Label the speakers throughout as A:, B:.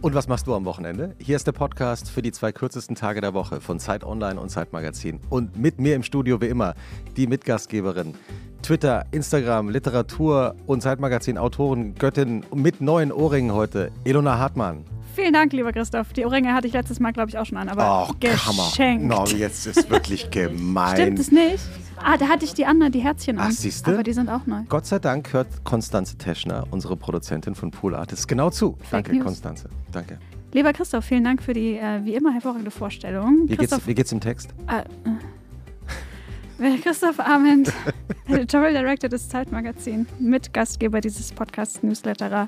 A: Und was machst du am Wochenende? Hier ist der Podcast für die zwei kürzesten Tage der Woche von Zeit Online und Zeit Magazin. Und mit mir im Studio wie immer die Mitgastgeberin. Twitter, Instagram, Literatur und Zeitmagazin Autoren Göttin mit neuen Ohrringen heute, Elona Hartmann.
B: Vielen Dank, lieber Christoph. Die Ohrringe hatte ich letztes Mal, glaube ich, auch schon an, aber
A: Oh,
B: geschenkt.
A: Hammer. No, jetzt ist wirklich gemein.
B: Stimmt es nicht? Ah, da hatte ich die anderen, die Herzchen
A: Ach,
B: an.
A: siehste.
B: Aber die sind auch neu.
A: Gott sei Dank hört Konstanze Teschner, unsere Produzentin von Pool Artists, genau zu. Danke,
B: News.
A: Konstanze. Danke.
B: Lieber Christoph, vielen Dank für die äh, wie immer hervorragende Vorstellung.
A: Wie geht's,
B: Christoph,
A: wie geht's im Text?
B: äh, Christoph Arment, Editorial Director des Zeitmagazin, Mitgastgeber dieses Podcast-Newsletterer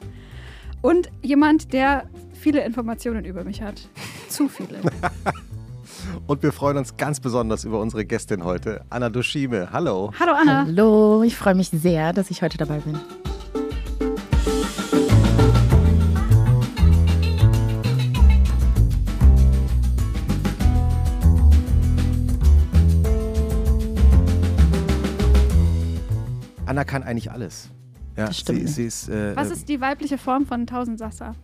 B: und jemand, der viele Informationen über mich hat. Zu viele.
A: Und wir freuen uns ganz besonders über unsere Gästin heute, Anna Duschime. Hallo.
B: Hallo Anna.
C: Hallo, ich freue mich sehr, dass ich heute dabei bin.
A: Anna kann eigentlich alles. Ja,
C: Das
A: sie,
C: stimmt
A: sie ist, äh,
B: Was ist die weibliche Form von Tausendsasser?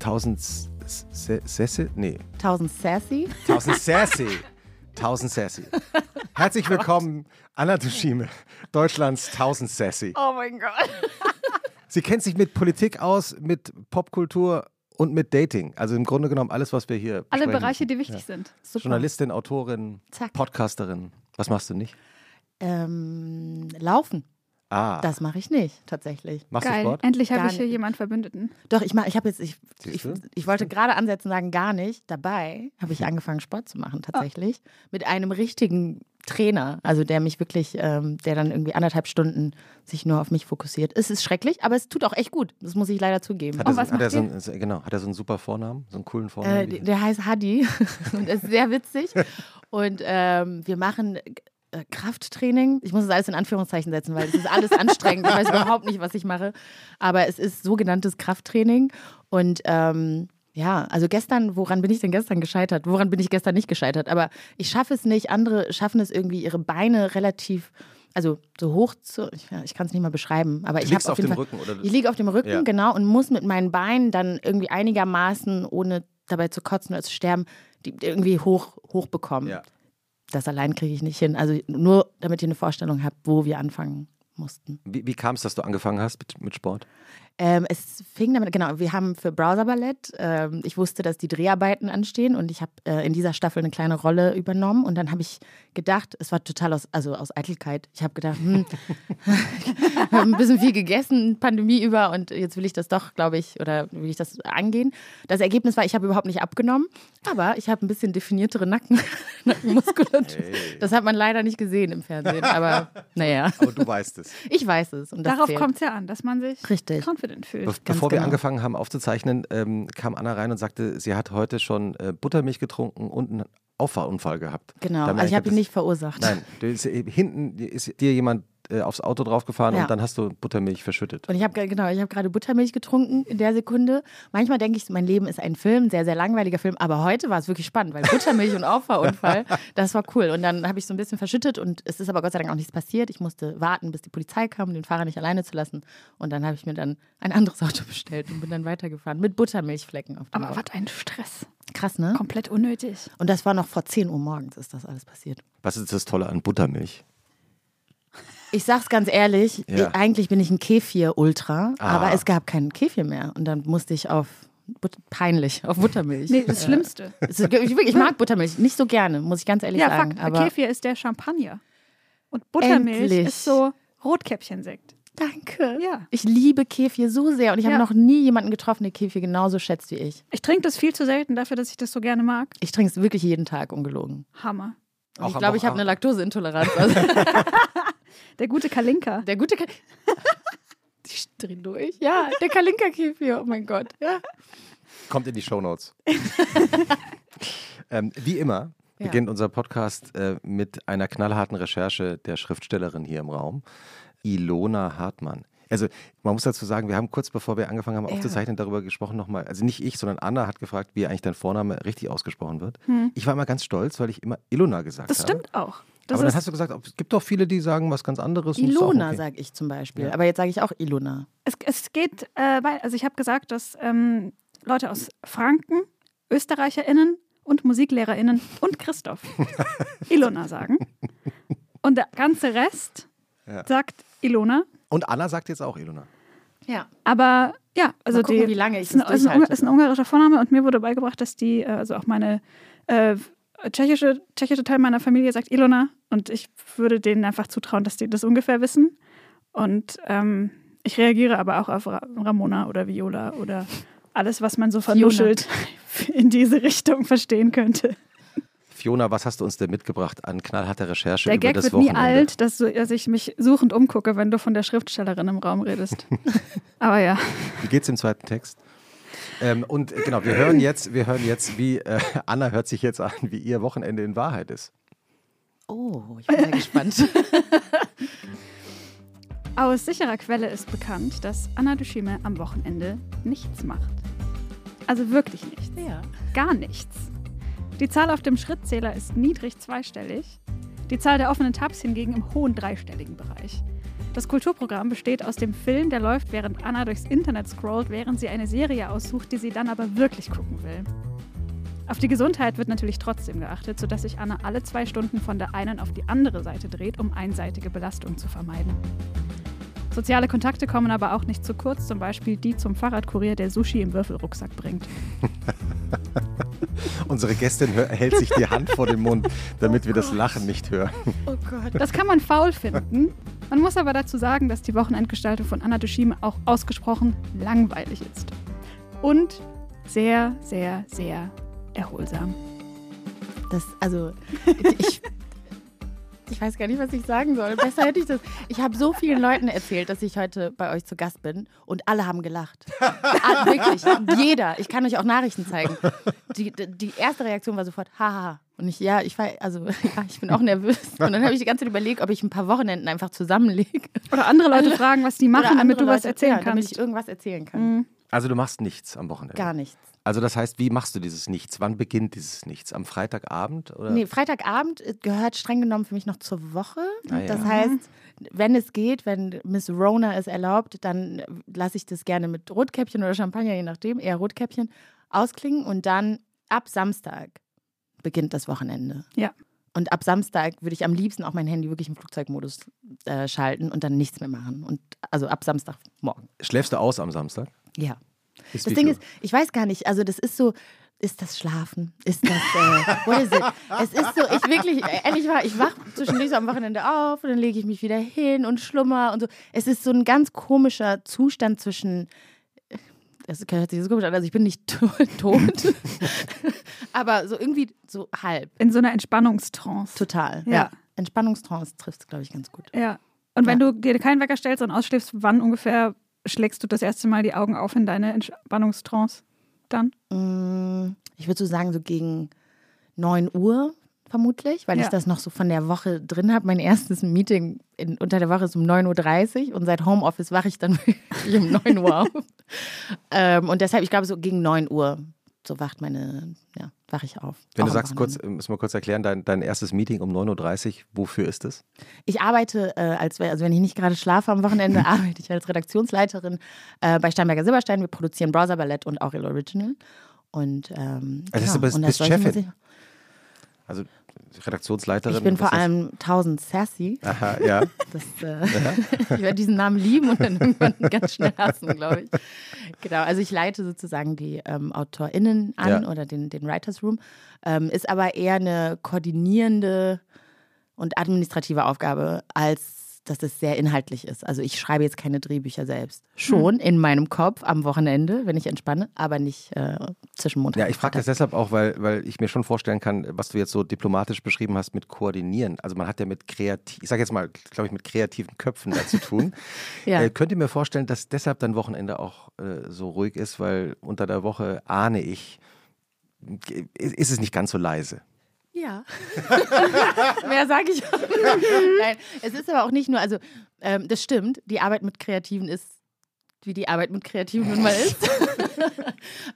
A: 1000 S- S- Sesse? Nee,
C: 1000 Sassy.
A: 1000 Sassy. 1000 Sassy. Herzlich willkommen, Anna Duschime, Deutschlands 1000 Sassy.
C: Oh mein Gott.
A: Sie kennt sich mit Politik aus, mit Popkultur und mit Dating. Also im Grunde genommen alles, was wir hier
B: Alle
A: besprechen.
B: Bereiche, die wichtig sind.
C: Super.
A: Journalistin, Autorin,
C: Zack.
A: Podcasterin. Was machst du nicht?
C: Ähm, laufen,
A: Ah,
C: das mache ich nicht, tatsächlich.
A: machst
B: Geil.
A: du Sport?
B: Endlich habe
C: Gar
B: ich hier
C: nicht.
B: jemanden Verbündeten.
C: Doch, ich, mach- ich habe jetzt, ich, ich,
A: Siehst du? Hm.
C: ich wollte gerade ansetzen und sagen, gar nicht. Dabei habe ich angefangen, Sport zu machen, tatsächlich. Mit einem richtigen Trainer, also der mich wirklich, ähm, der dann irgendwie anderthalb Stunden sich nur auf mich fokussiert. Es ist schrecklich, aber es tut auch echt gut. Das muss ich leider zugeben.
A: Hat
B: Und
A: er, so,
B: was
A: hat, er
B: macht
A: so einen, so- genau, hat er so einen super Vornamen, so einen coolen
C: Äh,
A: Vornamen?
C: d- der heißt Hadi und ist sehr witzig. Und ähm, wir machen äh, Krafttraining. Ich muss es alles in Anführungszeichen setzen, weil es ist alles anstrengend. Ich weiß überhaupt nicht, was ich mache. Aber es ist sogenanntes Krafttraining. Und ähm, ja, also gestern, woran bin ich denn gestern gescheitert? Woran bin ich gestern nicht gescheitert? Aber ich schaffe es nicht. Andere schaffen es irgendwie, ihre Beine relativ, also so hoch zu. Ich, ja, ich kann es nicht mal beschreiben. Aber
A: Du
C: ich
A: liegst
C: habe
A: auf
C: jeden
A: dem
C: Fall-
A: Rücken, oder?
C: Ich liege auf dem Rücken,
A: Ja.
C: genau, und muss mit meinen Beinen dann irgendwie einigermaßen, ohne dabei zu kotzen oder zu sterben, die die irgendwie hoch, hochbekommen.
A: ja.
C: Das allein kriege ich nicht hin. Also nur, damit ihr eine Vorstellung habt, wo wir anfangen mussten.
A: Wie, wie kam es, dass du angefangen hast mit, mit Sport?
C: Ähm, es fing damit, genau, wir haben für Browser Ballett, ähm, ich wusste, dass die Dreharbeiten anstehen und ich habe äh, in dieser Staffel eine kleine Rolle übernommen und dann habe ich gedacht, es war total aus, also aus Eitelkeit, ich habe gedacht, hm, ich habe ein bisschen viel gegessen, Pandemie über und jetzt will ich das doch, glaube ich, oder will ich das angehen. Das Ergebnis war, ich habe überhaupt nicht abgenommen, aber ich habe ein bisschen definiertere Nacken, Nackenmuskulatur. Das hat man leider nicht gesehen im Fernsehen, aber naja,
A: Aber du weißt es.
C: ich weiß es und das
B: Darauf
C: zählt.
B: kommt es ja an, dass man sich
C: Richtig.
B: confident fühlt.
A: Be bevor wir
C: genau.
A: angefangen haben aufzuzeichnen, ähm, kam Anna rein und sagte, sie hat heute schon äh, Buttermilch getrunken und einen Auffahrunfall gehabt.
C: Genau,
A: Da
C: also ich
A: merkte
C: habe ihn
A: das-
C: nicht verursacht.
A: Nein, du, ist, äh, hinten ist dir jemand äh, aufs Auto draufgefahren
C: Ja.
A: und dann hast du Buttermilch verschüttet.
C: Und ich habe genau, ich habe gerade Buttermilch getrunken in der Sekunde. Manchmal denke ich, so, mein Leben ist ein Film, sehr sehr langweiliger Film, aber heute war es wirklich spannend, weil Buttermilch und Auffahrunfall, das war cool. Und dann habe ich so ein bisschen verschüttet und es ist aber Gott sei Dank auch nichts passiert. Ich musste warten, bis die Polizei kam, um den Fahrer nicht alleine zu lassen. Und dann habe ich mir dann ein anderes Auto bestellt und bin dann weitergefahren mit Buttermilchflecken auf dem
B: Aber
C: Auto.
B: was ein Stress.
C: Krass, ne?
B: Komplett unnötig.
C: Und das war noch vor 10 Uhr morgens ist das alles passiert.
A: Was ist das Tolle an Buttermilch?
C: Ich sag's ganz ehrlich,
A: Ja.
C: ich, eigentlich bin ich ein Kefir-Ultra,
A: Ah.
C: aber es gab keinen Kefir mehr. Und dann musste ich auf, But peinlich, auf Buttermilch. Äh,
B: Nee, das Schlimmste.
C: Es ist, ich, ich mag Buttermilch nicht so gerne, muss ich ganz ehrlich
B: ja,
C: sagen.
B: Fakt.
C: Aber
B: Kefir ist der Champagner. Und Buttermilch
C: Endlich.
B: ist so Rotkäppchensekt.
C: danke.
B: Ja.
C: Ich liebe Kefir so sehr und ich habe
B: Ja.
C: noch nie jemanden getroffen, der Kefir genauso schätzt wie ich.
B: Ich trinke das viel zu selten dafür, dass ich das so gerne mag.
C: Ich trinke es wirklich jeden Tag, ungelogen.
B: Hammer.
C: Und
A: Auch
C: ich
A: am
C: glaube, ich habe
A: Wochen-
C: eine Laktoseintoleranz. Also,
B: Der gute Kalinka.
C: der gute Ka Ich dreh durch. Ja, der Kalinka-Kefir, oh mein Gott. Ja.
A: Kommt in die Shownotes. ähm, wie immer
C: Ja.
A: beginnt unser Podcast äh, mit einer knallharten Recherche der Schriftstellerin hier im Raum, Ilona Hartmann. Also man muss dazu sagen, wir haben kurz bevor wir angefangen haben aufzuzeichnen darüber gesprochen nochmal, also nicht ich, sondern Anna hat gefragt, wie eigentlich dein Vorname richtig ausgesprochen wird. Ich war immer ganz stolz, weil ich immer Ilona gesagt
B: Hm. Das
A: habe.
B: stimmt auch. Das
A: Aber dann
B: ist,
A: hast du gesagt, es gibt doch viele, die sagen was ganz anderes. und ist auch
C: Ilona
A: okay.
C: sage ich zum Beispiel, aber jetzt sage ich auch Ilona.
B: es, es geht, äh, bei, also ich habe gesagt, dass ähm, Leute aus Franken, ÖsterreicherInnen und MusiklehrerInnen und Christoph. Ilona sagen. Und der ganze Rest
A: Ja.
B: sagt Ilona.
A: Und Anna sagt jetzt auch Ilona.
C: Ja.
B: Aber ja, also
C: Mal gucken,
B: die,
C: wie lange ich
B: ist, ein,
C: das
B: ist, ein,
C: durchhalte.
B: ist ein ungarischer Vorname und mir wurde beigebracht, dass die, äh, also auch meine äh, tschechische, tschechische Teil meiner Familie sagt Ilona und ich würde denen einfach zutrauen, dass die das ungefähr wissen. Und ähm, ich reagiere aber auch auf Ra Ramona oder Viola oder alles, was man so vernuschelt in diese Richtung verstehen könnte.
A: Fiona, was hast du uns denn mitgebracht an knallharter Recherche
B: Der
A: über
B: Gag
A: das
B: wird nie
A: Wochenende?
B: alt, dass, du, dass ich mich suchend umgucke, wenn du von der Schriftstellerin im Raum redest. aber ja.
A: Wie geht's im zweiten Text? Ähm, und äh, genau, wir hören jetzt, wir hören jetzt, wie äh, Anna hört sich jetzt an, wie ihr Wochenende in Wahrheit ist.
C: Oh, ich bin sehr gespannt.
B: Aus sicherer Quelle ist bekannt, dass Anna Dushime am Wochenende nichts macht. Also wirklich nichts.
C: ja.
B: Gar nichts. Die Zahl auf dem Schrittzähler ist niedrig zweistellig. Die Zahl der offenen Tabs hingegen im hohen dreistelligen Bereich. Das Kulturprogramm besteht aus dem Film, der läuft, während Anna durchs Internet scrollt, während sie eine Serie aussucht, die sie dann aber wirklich gucken will. Auf die Gesundheit wird natürlich trotzdem geachtet, sodass sich Anna alle zwei Stunden von der einen auf die andere Seite dreht, um einseitige Belastung zu vermeiden. Soziale Kontakte kommen aber auch nicht zu kurz, zum Beispiel die zum Fahrradkurier, der Sushi im Würfelrucksack bringt.
A: Unsere Gästin hör- hält sich die Hand vor den Mund, damit wir das Lachen nicht hören.
C: Oh Gott.
B: Das kann man faul finden. Man muss aber dazu sagen, dass die Wochenendgestaltung von Anna Dushime auch ausgesprochen langweilig ist. Und sehr, sehr, sehr erholsam.
C: Das, also, ich, ich weiß gar nicht, was ich sagen soll. Besser hätte ich das. Ich habe so vielen Leuten erzählt, dass ich heute bei euch zu Gast bin und alle haben gelacht. Ah, wirklich, jeder. Ich kann euch auch Nachrichten zeigen. Die, die- die erste Reaktion war sofort, haha. Und ich, ja, ich war, also, ja, ich bin auch nervös. Und dann habe ich die ganze Zeit überlegt, ob ich ein paar Wochenenden einfach zusammenlege.
B: Oder andere Leute fragen, was die
C: Oder
B: machen, damit du
C: andere
B: was
C: Leute-
B: erzählen
C: ja, Damit
B: kannst. Mhm.
C: ich irgendwas erzählen kann.
A: Also du machst nichts am Wochenende.
C: Gar nichts.
A: Also das heißt, wie machst du dieses Nichts? Wann beginnt dieses Nichts? Am Freitagabend? Oder?
C: Nee, Freitagabend äh, gehört streng genommen für mich noch zur Woche.
A: Ah, ja.
C: Das heißt, wenn es geht, wenn Miss Rona es erlaubt, dann äh, lasse ich das gerne mit Rotkäppchen oder Champagner, je nachdem, eher Rotkäppchen, ausklingen. Und dann ab Samstag beginnt das Wochenende.
B: Ja.
C: Und ab Samstag würde ich am liebsten auch mein Handy wirklich im Flugzeugmodus äh, schalten und dann nichts mehr machen. Und also ab Samstagmorgen.
A: Schläfst du aus am Samstag?
C: Ja.
A: Ist
C: Das
A: wie
C: Ding
A: viel
C: ist, ich weiß gar nicht, also das ist so, ist das Schlafen? Ist das, äh, what is it? Es ist so, ich wirklich, ehrlich war, ich wach zwischendurch so am Wochenende auf und dann lege ich mich wieder hin und schlummer und so. Es ist so ein ganz komischer Zustand zwischen, das hört sich so komisch an, also ich bin nicht to- tot, aber so irgendwie so halb,
B: In so einer Entspannungstrance.
C: total.
B: Ja.
C: Ja. Entspannungstrance trifft es, glaube ich, ganz gut.
B: Ja. Und wenn du dir keinen Wecker stellst und ausschläfst, wann ungefähr schlägst du das erste Mal die Augen auf in deine Entspannungstrance? Dann?
C: Mm, Ich würde so sagen, so gegen 9 Uhr vermutlich, weil
B: Ja.
C: ich das noch so von der Woche drin habe. Mein erstes Meeting in, unter der Woche ist um 9.30 Uhr und seit Homeoffice wache ich dann wirklich um 9 Uhr auf. ähm, und deshalb, ich glaube, so gegen 9 Uhr, so wacht meine, ja, wache ich auf.
A: Wenn
C: Auch
A: du
C: am
A: sagst, kurz,
C: Wochenende.
A: müssen wir kurz erklären, dein, dein erstes Meeting um 9.30 Uhr, wofür ist es?
C: Ich arbeite, äh, als, wär- also wenn ich nicht gerade schlafe am Wochenende, arbeite ich als Redaktionsleiterin äh, bei Steinberger Silberstein. Wir produzieren Browser Ballett und Aurel Original. Und, ähm,
A: Also
C: genau.
A: du bist-
C: und als
A: bist
C: solche muss
A: Chefin.
C: ich-
A: Also Redaktionsleiterin?
C: Ich bin
A: was
C: vor allem 1000 Sassy.
A: Ist, aha, ja.
C: Das, äh, ich werde diesen Namen lieben und dann irgendwann ganz schnell hassen, glaube ich. Genau, also ich leite sozusagen die ähm, AutorInnen an
A: Ja.
C: oder den, den Writers Room. Ähm, ist aber eher eine koordinierende und administrative Aufgabe, als dass es sehr inhaltlich ist. Also ich schreibe jetzt keine Drehbücher selbst.
A: Hm.
C: Schon in meinem Kopf am Wochenende, wenn ich entspanne, aber nicht äh, zwischen Montag
A: Ja, ich frage das deshalb auch, weil, weil ich mir schon vorstellen kann, was du jetzt so diplomatisch beschrieben hast mit Koordinieren. Also man hat ja mit kreativ, ich sage jetzt mal, glaube ich, mit kreativen Köpfen da zu tun.
C: Ja.
A: äh, könnt ihr mir vorstellen, dass deshalb dann Wochenende auch äh, so ruhig ist, weil unter der Woche ahne ich, g- ist es nicht ganz so leise.
C: Ja. Mehr sage ich auch nicht. Nein, es ist aber auch nicht nur, also ähm, das stimmt, die Arbeit mit Kreativen ist, wie die Arbeit mit Kreativen nun mal ist.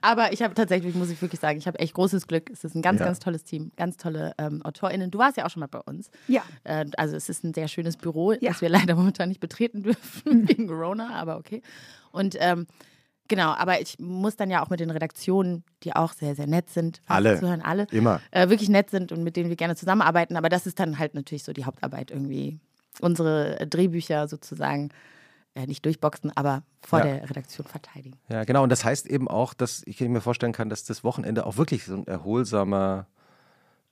C: aber ich habe tatsächlich, muss ich wirklich sagen, ich habe echt großes Glück. Es ist ein ganz,
A: Ja.
C: ganz tolles Team, ganz tolle ähm, AutorInnen. Du warst ja auch schon mal bei uns.
B: Ja.
C: Äh, Also es ist ein sehr schönes Büro,
B: Ja.
C: Mhm. das wir leider momentan nicht betreten dürfen wegen Corona, aber okay. Und ähm, Genau, aber ich muss dann ja auch mit den Redaktionen, die auch sehr, sehr nett sind, fast
A: Alle.
C: zu hören, alle,
A: Immer.
C: äh, wirklich nett sind und mit denen wir gerne zusammenarbeiten. Aber das ist dann halt natürlich so die Hauptarbeit irgendwie. Unsere äh, Drehbücher sozusagen äh, nicht durchboxen, aber vor
A: Ja.
C: der Redaktion verteidigen.
A: Ja, genau. Und das heißt eben auch, dass ich mir vorstellen kann, dass das Wochenende auch wirklich so ein erholsamer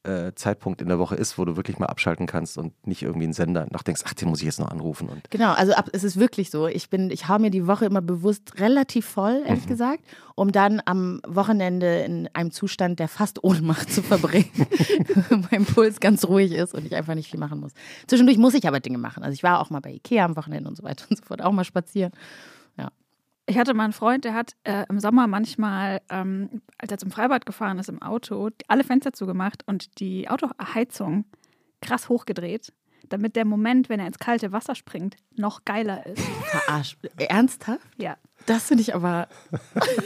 A: äh, Zeitpunkt in der Woche ist, wo du wirklich mal abschalten kannst und nicht irgendwie einen Sender nachdenkst, ach, den muss ich jetzt noch anrufen. Und
C: Genau, also ab, es ist wirklich so. Ich bin, ich hau mir die Woche immer bewusst relativ voll, ehrlich gesagt, um dann am Wochenende in einem Zustand der fast Ohnmacht zu verbringen. mein Puls ganz ruhig ist und ich einfach nicht viel machen muss. Zwischendurch muss ich aber Dinge machen. Also ich war auch mal bei Ikea am Wochenende und so weiter und so fort, auch mal spazieren.
B: Ich hatte mal einen Freund, der hat äh, im Sommer manchmal, ähm, als er zum Freibad gefahren ist im Auto, alle Fenster zugemacht und die Autoheizung krass hochgedreht, damit der Moment, wenn er ins kalte Wasser springt, noch geiler ist.
C: Verarscht. Ernsthaft?
B: Ja.
C: Das finde ich aber.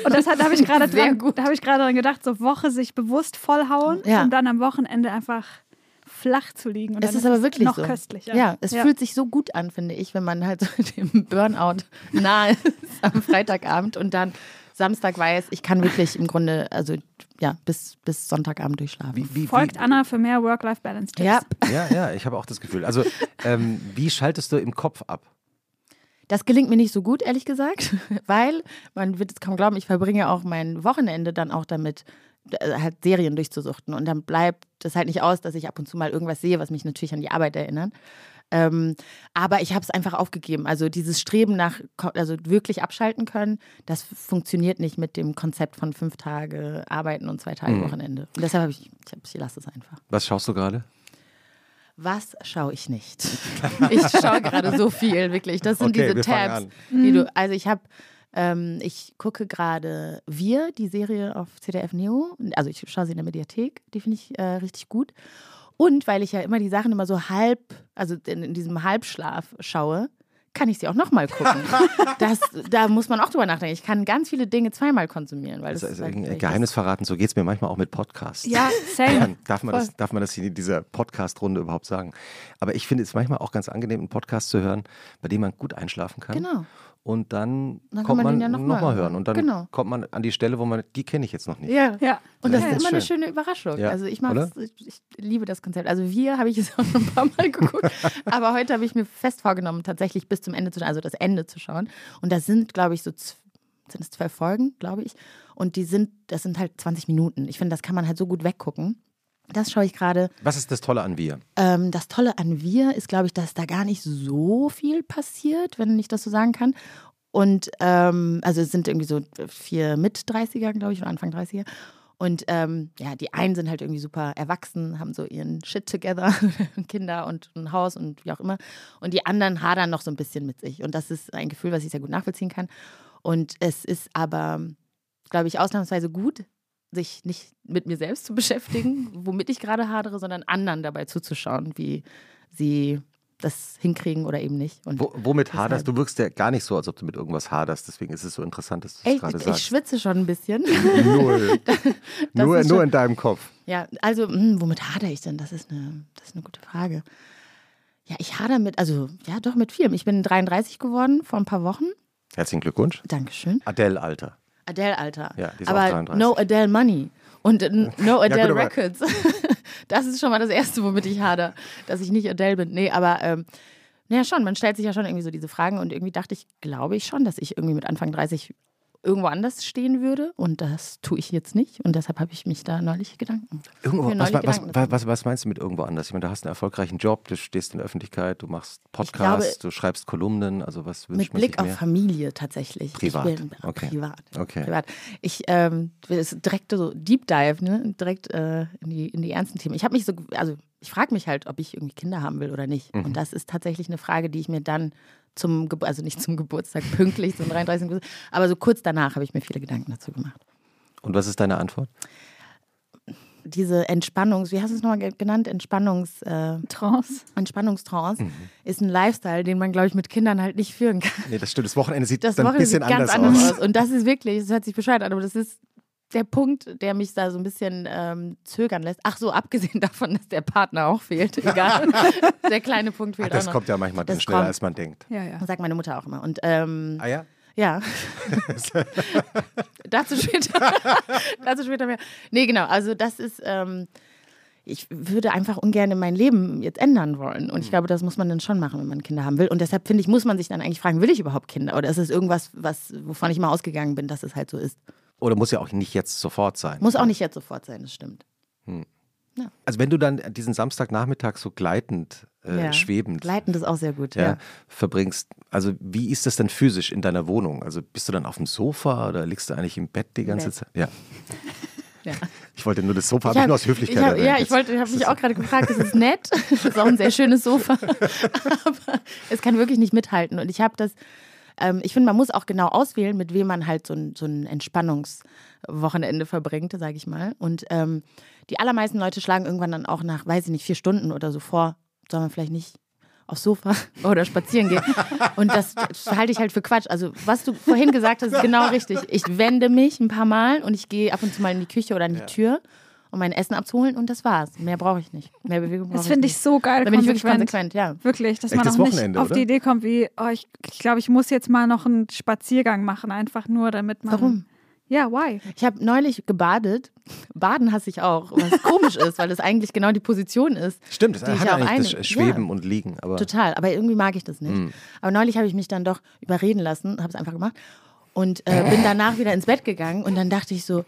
B: Und das hat, da habe ich gerade
C: Sehr
B: dran,
C: gut.
B: da habe ich gerade dran gedacht, so Woche sich bewusst vollhauen,
C: Ja.
B: um dann am Wochenende einfach flach zu liegen. Und
C: Es
B: dann
C: ist aber wirklich
B: noch
C: so.
B: köstlicher.
C: Ja, es fühlt sich so gut an, finde ich, wenn man halt so dem Burnout nahe ist am Freitagabend und dann Samstag weiß, ich kann wirklich im Grunde, also ja, bis, bis Sonntagabend durchschlafen.
A: wie, wie,
B: Folgt Anna für mehr Work-Life-Balance-Tipps.
C: Ja,
A: wie, ja, ja, ich habe auch das Gefühl. Also, ähm, wie schaltest du im Kopf ab?
C: das gelingt mir nicht so gut, ehrlich gesagt, weil man wird es kaum glauben, ich verbringe auch mein Wochenende dann auch damit, äh, halt Serien durchzusuchten. Und dann bleibt es halt nicht aus, dass ich ab und zu mal irgendwas sehe, was mich natürlich an die Arbeit erinnert. Ähm, aber ich habe es einfach aufgegeben. Also dieses Streben nach, ko- also wirklich abschalten können, das funktioniert nicht mit dem Konzept von fünf Tage Arbeiten und zwei Tage Wochenende. Und deshalb habe ich, ich, hab- ich lasse es einfach.
A: Was schaust du gerade?
C: Was schaue ich nicht? Ich schaue gerade so viel, wirklich. Das sind
A: Okay,
C: diese
A: wir fangen
C: Tabs,
A: an.
C: die du. Also ich habe, ähm, ich gucke gerade Wir, die Serie auf CDF Neo. Also ich schaue sie in der Mediathek. Die finde ich äh, richtig gut. Und weil ich ja immer die Sachen immer so halb, also in, in diesem Halbschlaf schaue, kann ich sie auch nochmal gucken. das, da muss man auch drüber nachdenken. Ich kann ganz viele Dinge zweimal konsumieren, weil das,
A: Also, also,
C: ist
A: ein
C: halt-
A: Geheimnis verraten, so geht es mir manchmal auch mit Podcasts.
B: Ja, same.
A: Darf man, das, darf man das hier in dieser Podcast-Runde überhaupt sagen? Aber ich finde es manchmal auch ganz angenehm, einen Podcast zu hören, bei dem man gut einschlafen kann.
C: Genau.
A: Und dann,
C: Dann kann
A: kommt
C: man
A: man,
C: den ja noch
A: nochmal
C: mal-
A: hören. Und dann
C: Genau.
A: kommt man an die Stelle, wo man, die kenne ich jetzt noch nicht.
C: Ja.
B: Ja.
C: Und das
A: Ja,
C: ist
A: das ist
C: immer eine
A: schön.
C: schöne Überraschung.
A: Ja,
C: also ich
A: oder?
C: mache ich liebe das Konzept. Also wir habe ich es auch schon ein paar Mal geguckt, aber heute habe ich mir fest vorgenommen, tatsächlich bis zum Ende zu, also das Ende zu schauen. Und das sind, glaube ich, so zw- sind es zwölf Folgen, glaube ich. Und die sind, das sind halt 20 Minuten. Ich finde, das kann man halt so gut weggucken. Das schaue ich gerade.
A: Was ist das Tolle an wir?
C: Ähm, das Tolle an wir ist, glaube ich, dass da gar nicht so viel passiert, wenn ich das so sagen kann. Und ähm, also es sind irgendwie so vier mit 30er, glaube ich, oder Anfang 30er. Und ähm, ja, die einen sind halt irgendwie super erwachsen, haben so ihren Shit together, Kinder und ein Haus und wie auch immer. Und die anderen hadern noch so ein bisschen mit sich. Und das ist ein Gefühl, was ich sehr gut nachvollziehen kann. Und es ist aber, glaube ich, ausnahmsweise gut, sich nicht mit mir selbst zu beschäftigen, womit ich gerade hadere, sondern anderen dabei zuzuschauen, wie sie das hinkriegen oder eben nicht. Und
A: Wo, womit
C: Deshalb.
A: haderst du? wirkst ja gar nicht so, als ob du mit irgendwas haderst. Deswegen ist es so interessant, dass du es
C: echt,
A: gerade
C: ich
A: sagst.
C: schwitze schon ein bisschen.
A: Null. nur,
C: ist
A: nur
C: schon-
A: in deinem Kopf.
C: Ja, also hm, womit hadere ich denn? Das ist eine, das ist eine gute Frage. Ja, ich hadere mit, also ja, doch mit vielem. Ich bin 33 geworden vor ein paar Wochen.
A: Herzlichen Glückwunsch.
C: Dankeschön.
A: Adele, Alter.
C: Adele Alter.
A: Ja, die ist
C: aber
A: auch 33.
C: No Adele Money und äh, No Adele
A: aber-
C: Records. das ist schon mal das Erste, womit ich hader, dass ich nicht Adele bin. Nee, aber ähm, naja, schon, man stellt sich ja schon irgendwie so diese Fragen und irgendwie dachte ich, glaube ich schon, dass ich irgendwie mit Anfang 30 irgendwo anders stehen würde und das tue ich jetzt nicht und deshalb habe ich mich da neulich Gedanken.
A: Irgendwo, was,
C: mir neulich
A: was,
C: Gedanken dazu
A: was, was, was meinst du mit irgendwo anders? Ich meine, du hast einen erfolgreichen Job, du stehst in der Öffentlichkeit, du machst Podcasts,
C: glaube-
A: du schreibst Kolumnen. Also was wünscht
C: Mit
A: man
C: Blick
A: sich
C: auf
A: mehr?
C: Familie tatsächlich.
A: Privat,
C: Ich bin,
A: okay.
C: Privat.
A: Okay.
C: Privat. Ich ähm, das ist direkt so Deep Dive, ne? direkt äh, in, die, in die ernsten Themen. Ich habe mich so, ge- also ich frage mich halt, ob ich irgendwie Kinder haben will oder nicht.
A: Mhm.
C: Und das ist tatsächlich eine Frage, die ich mir dann zum, Gebur- also nicht zum Geburtstag pünktlich, zum 33. Geburtstag, aber so kurz danach habe ich mir viele Gedanken dazu gemacht.
A: Und was ist deine Antwort?
C: Diese Entspannungs, wie hast du es nochmal ge- genannt? Entspannungs, äh,
B: Trance.
C: Entspannungstrance
A: Mhm.
C: ist ein Lifestyle, den man, glaube ich, mit Kindern halt nicht führen kann.
A: Nee, das stimmt. Das Wochenende sieht
C: das
A: dann ein
C: Wochenende
A: bisschen
C: sieht ganz
A: anders,
C: anders
A: aus.
C: aus. Und das ist wirklich, das hört sich bescheuert an, aber das ist der Punkt, der mich da so ein bisschen ähm, zögern lässt. Ach so, abgesehen davon, dass der Partner auch fehlt. Egal. der kleine Punkt fehlt
A: Das
C: auch noch.
A: kommt ja manchmal dann
C: Das
A: schneller,
C: kommt.
A: als man denkt.
B: Ja, ja.
C: sagt meine Mutter auch immer. Und ähm,
A: Ah ja?
C: Ja. dazu, später, dazu später mehr. Nee, genau. Also, das ist. Ähm, ich würde einfach ungern mein Leben jetzt ändern wollen. Und ich glaube, das muss man dann schon machen, wenn man Kinder haben will. Und deshalb finde ich, muss man sich dann eigentlich fragen, will ich überhaupt Kinder? Oder ist es irgendwas, was, wovon ich mal ausgegangen bin, dass es halt so ist?
A: Oder muss ja auch nicht jetzt sofort sein.
C: Muss auch nicht jetzt sofort sein, das stimmt.
A: Also wenn du dann diesen Samstagnachmittag so gleitend, äh,
C: Ja.
A: schwebend
C: Leitend ist auch sehr gut,
A: ja,
C: ja.
A: verbringst, also wie ist das denn physisch in deiner Wohnung? Also bist du dann auf dem Sofa oder liegst du eigentlich im Bett die ganze
C: Bett.
A: Zeit? Ja.
C: Ja.
A: Ich wollte nur das Sofa, habe
C: Ich
A: ich
C: hab-
A: nur aus Höflichkeit
C: ich hab,
A: erwähnt.
C: Ja, ich
A: Jetzt-
C: wollte, habe mich auch gerade gefragt, das ist nett, das ist auch ein sehr schönes Sofa, aber es kann wirklich nicht mithalten. Und ich habe das, ähm, ich finde, man muss auch genau auswählen, mit wem man halt so ein, so ein Entspannungswochenende verbringt, sage ich mal. Und ähm, die allermeisten Leute schlagen irgendwann dann auch nach, weiß ich nicht, vier Stunden oder so vor, soll man vielleicht nicht aufs Sofa oder spazieren gehen. Und das halte ich halt für Quatsch. Also, was du vorhin gesagt hast, ist genau richtig. Ich wende mich ein paar Mal und ich gehe ab und zu mal in die Küche oder in die Tür, um mein Essen abzuholen und das war's. Mehr brauche ich nicht. Mehr Bewegung brauche
B: Das finde ich so geil.
C: Da bin ich wirklich
B: konsequent.
C: konsequent, ja.
B: Wirklich, dass man
A: Echtes
B: auch nicht
A: Wochenende,
B: auf
A: oder?
B: die Idee kommt, wie, oh, ich, ich glaube, ich muss jetzt mal noch einen Spaziergang machen, einfach nur damit man.
C: Warum?
B: Ja, why?
C: Ich habe neulich gebadet. Baden hasse ich auch, was komisch ist, weil das eigentlich genau die Position ist.
A: Stimmt, das
C: die ich
A: hat
C: ja auch
A: eigentlich
C: einig-
A: das Schweben
C: Ja.
A: und Liegen, aber
C: Total, aber irgendwie mag ich das nicht. Aber neulich habe ich mich dann doch überreden lassen, habe es einfach gemacht und äh, bin danach wieder ins Bett gegangen und dann dachte ich so,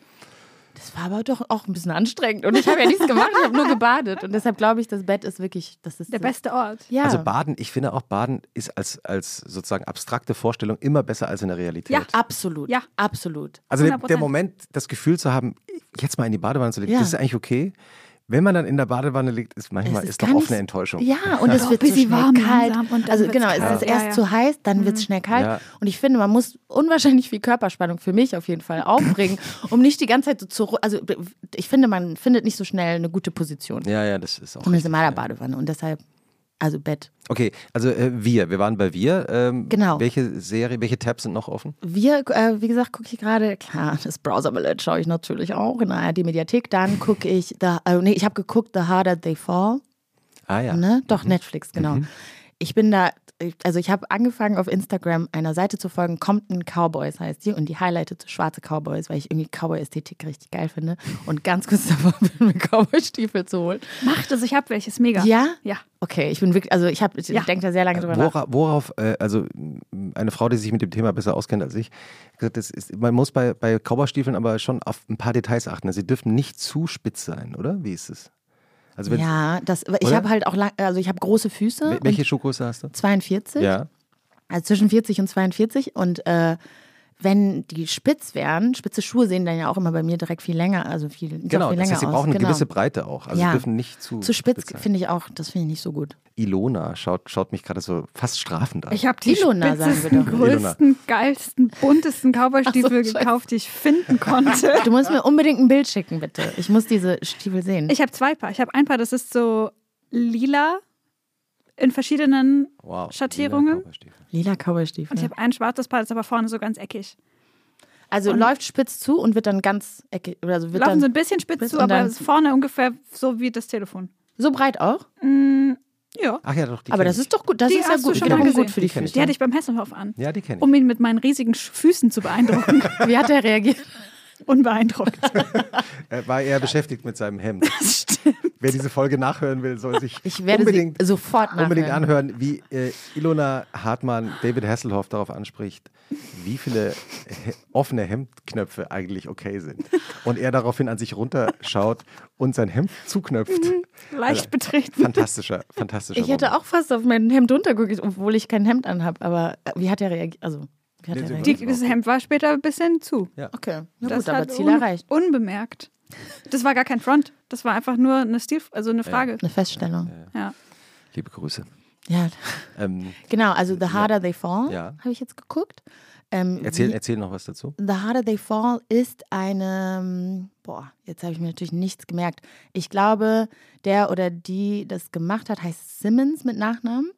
C: das war aber doch auch ein bisschen anstrengend und ich habe ja nichts gemacht, ich habe nur gebadet und deshalb glaube ich, das Bett ist wirklich, das ist
B: Der
C: so-
B: beste Ort.
C: Ja,
A: also Baden, ich finde auch Baden ist als, als sozusagen abstrakte Vorstellung immer besser als in der Realität.
B: Ja.
C: absolut,
B: Ja.
C: absolut.
A: Also der,
B: 100%.
A: der Moment, das Gefühl zu haben, jetzt mal in die Badewanne zu legen,
C: Ja.
A: das ist eigentlich okay. Wenn man dann in der Badewanne liegt, ist manchmal ist doch
C: gar
A: oft
C: nicht-
A: eine Enttäuschung.
C: Ja, und
B: Auch
C: es
B: ein
C: wird so
B: bisschen
C: schnell
B: warm
C: kalt.
B: langsam und dann
C: also
B: wird's
C: genau, es
B: kalt.
C: ist
B: Ja,
C: erst
B: ja. Mhm.
C: zu heiß, dann wird es schnell kalt.
A: Ja.
C: Und ich finde, man muss unwahrscheinlich viel Körperspannung für mich auf jeden Fall aufbringen, um nicht die ganze Zeit so zu. ru- Also ich finde, man findet nicht so schnell eine gute Position.
A: Ja, ja, das ist auch.
C: Zumindest in meiner Badewanne. Und deshalb, also Bett.
A: Okay, also äh, wir, wir waren bei wir. Ähm,
C: Genau.
A: Welche Serie, welche Tabs sind noch offen?
C: Wir, äh, wie gesagt, gucke ich gerade, klar, das Browser-Ballett schaue ich natürlich auch in der ARD-Mediathek. Dann gucke ich, the, äh, nee, ich habe geguckt The Harder They Fall.
A: Ah ja. Mhm.
C: Ne? Doch, Netflix, genau. Ich bin da, also ich habe angefangen auf Instagram einer Seite zu folgen, Compton Cowboys heißt die, und die highlightet so schwarze Cowboys, weil ich irgendwie Cowboy-Ästhetik richtig geil finde und ganz kurz davor bin, mir Cowboy-Stiefel zu holen.
B: Macht es, ich habe welches, mega.
C: Ja?
B: Ja.
C: Okay, ich bin wirklich, also ich, hab- ich
B: Ja.
C: denke da sehr lange drüber nach.
A: Wora, worauf, äh, also mh, eine Frau, die sich mit dem Thema besser auskennt als ich, hat gesagt, das ist, man muss bei, bei Cowboystiefeln aber schon auf ein paar Details achten. Also, Sie dürfen nicht zu spitz sein, oder? Wie ist es? Also, wenn,
C: Ja, das, ich
A: Oder?
C: habe halt auch lang, also ich habe große Füße.
A: wel- welche Schuhgröße hast du?
C: und 42,
A: Ja.
C: also zwischen 40 und 42 und äh, wenn die spitz wären, spitze Schuhe sehen dann ja auch immer bei mir direkt viel länger, also viel, sieht auch
A: Genau,
C: viel
A: das
C: länger
A: heißt, sie
C: aus.
A: brauchen eine
C: genau.
A: gewisse Breite auch. Also,
C: Ja.
A: sie dürfen nicht zu,
C: Zu spitz
A: sein.
C: finde ich auch, das finde ich nicht so gut.
A: Ilona schaut, schaut mich gerade so fast strafend an.
B: Ich habe die
C: Ilona, sagen wir
B: spitzesten,
C: doch.
B: größten, geilsten, buntesten Cowboy-Stiefel
C: Ach so,
B: gekauft, die ich finden konnte.
C: Du musst mir unbedingt ein Bild schicken, bitte. Ich muss diese Stiefel sehen.
B: Ich habe zwei Paar. Ich habe ein Paar, das ist so lila in verschiedenen
A: wow. Lila
B: Schattierungen.
A: Cowboystiefel.
C: Lila
B: und ich
C: Cowboy-Stiefel.
B: habe ein schwarzes Paar, das ist aber vorne so ganz eckig.
C: Also läuft spitz zu und wird dann ganz eckig, also wird
B: Laufen so
C: dann
B: ein bisschen spitz
C: Bis
B: zu,
C: und
B: aber
C: dann-
B: es ist vorne ungefähr so wie das Telefon.
C: so breit auch.
B: Ja,
A: Ach ja, doch, die
C: Aber
A: kenn
C: das
A: ich.
C: ist doch gut, das
B: Die
C: ist ja
B: hast du
C: gut,
B: schon
C: wiederum
B: mal
C: gut
B: gesehen.
C: für die
A: Die kenn ich.
B: die
C: Füße.
B: hatte ich beim Hesselhof an,
A: Ja, die kenne ich.
B: um ihn mit meinen riesigen Sch- Füßen zu beeindrucken.
C: Wie hat er reagiert?
B: Unbeeindruckt.
A: Er war eher beschäftigt mit seinem Hemd.
B: Das stimmt.
A: Wer diese Folge nachhören will, soll sich
C: Ich werde
A: unbedingt,
C: sie sofort nachhören.
A: unbedingt anhören, wie äh, Ilona Hartmann David Hasselhoff darauf anspricht, wie viele he offene Hemdknöpfe eigentlich okay sind. Und er daraufhin an sich runterschaut und sein Hemd zuknöpft.
B: Leicht betreten.
A: Fantastischer, fantastischer.
C: Mhm. Ich hätte auch fast auf mein Hemd runtergeguckt, obwohl ich kein Hemd anhab. Aber äh, wie hat er reagiert? Also, wie hat
A: Nee, sie-
C: er
B: Die,
C: reagiert?
A: genau.
B: das Hemd war später ein bisschen zu.
A: Ja.
C: Okay, na
B: Das
C: gut, aber
B: hat
C: Ziel
B: un-
C: erreicht.
B: Unbemerkt. Das war gar kein Front. Das war einfach nur eine Stil, also eine Frage.
C: Eine Feststellung.
B: Ja.
A: Liebe Grüße.
C: Ja,
A: Ähm,
C: genau. Also The Harder They Fall
A: Ja.
C: habe ich jetzt geguckt. Ähm,
A: erzähl,
C: wie-
A: erzähl noch was dazu.
C: The Harder They Fall ist eine, ähm, boah, jetzt habe ich mir natürlich nichts gemerkt. Ich glaube, der oder die das gemacht hat, heißt Simmons mit Nachnamen.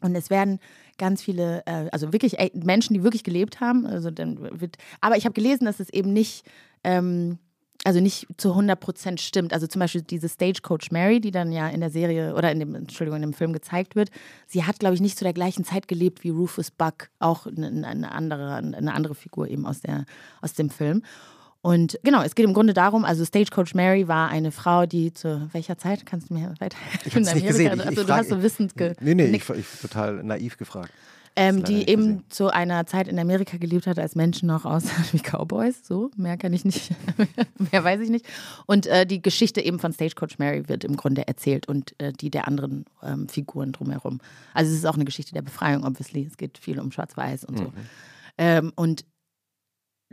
C: Und es werden ganz viele, äh, also wirklich äh, Menschen, die wirklich gelebt haben. Also dann wird, aber ich habe gelesen, dass es eben nicht ähm, also nicht zu 100 Prozent stimmt. Also zum Beispiel diese Stagecoach Mary, die dann ja in der Serie oder in dem, Entschuldigung, in dem Film gezeigt wird, sie hat, glaube ich, nicht zu der gleichen Zeit gelebt wie Rufus Buck, auch eine, eine, andere, eine andere Figur eben aus, der, aus dem Film. Und genau, es geht im Grunde darum, also Stagecoach Mary war eine Frau, die zu welcher Zeit, kannst du mir weiter?
A: Ich hab's nicht gesehen. Ich-
C: Also
A: ich
C: du
A: frag-
C: hast so wissend ge
A: Nee, nee, ich, ich total naiv gefragt.
C: ähm,
A: leider
C: die
A: nicht
C: eben
A: gesehen.
C: zu einer Zeit in Amerika gelebt hat, als Menschen noch aussahen wie Cowboys. So, mehr kann ich nicht, mehr weiß ich nicht. Und äh, die Geschichte eben von Stagecoach Mary wird im Grunde erzählt und äh, die der anderen ähm, Figuren drumherum. Also es ist auch eine Geschichte der Befreiung, obviously. Es geht viel um Schwarz-Weiß und so.
A: Mhm.
C: Ähm, und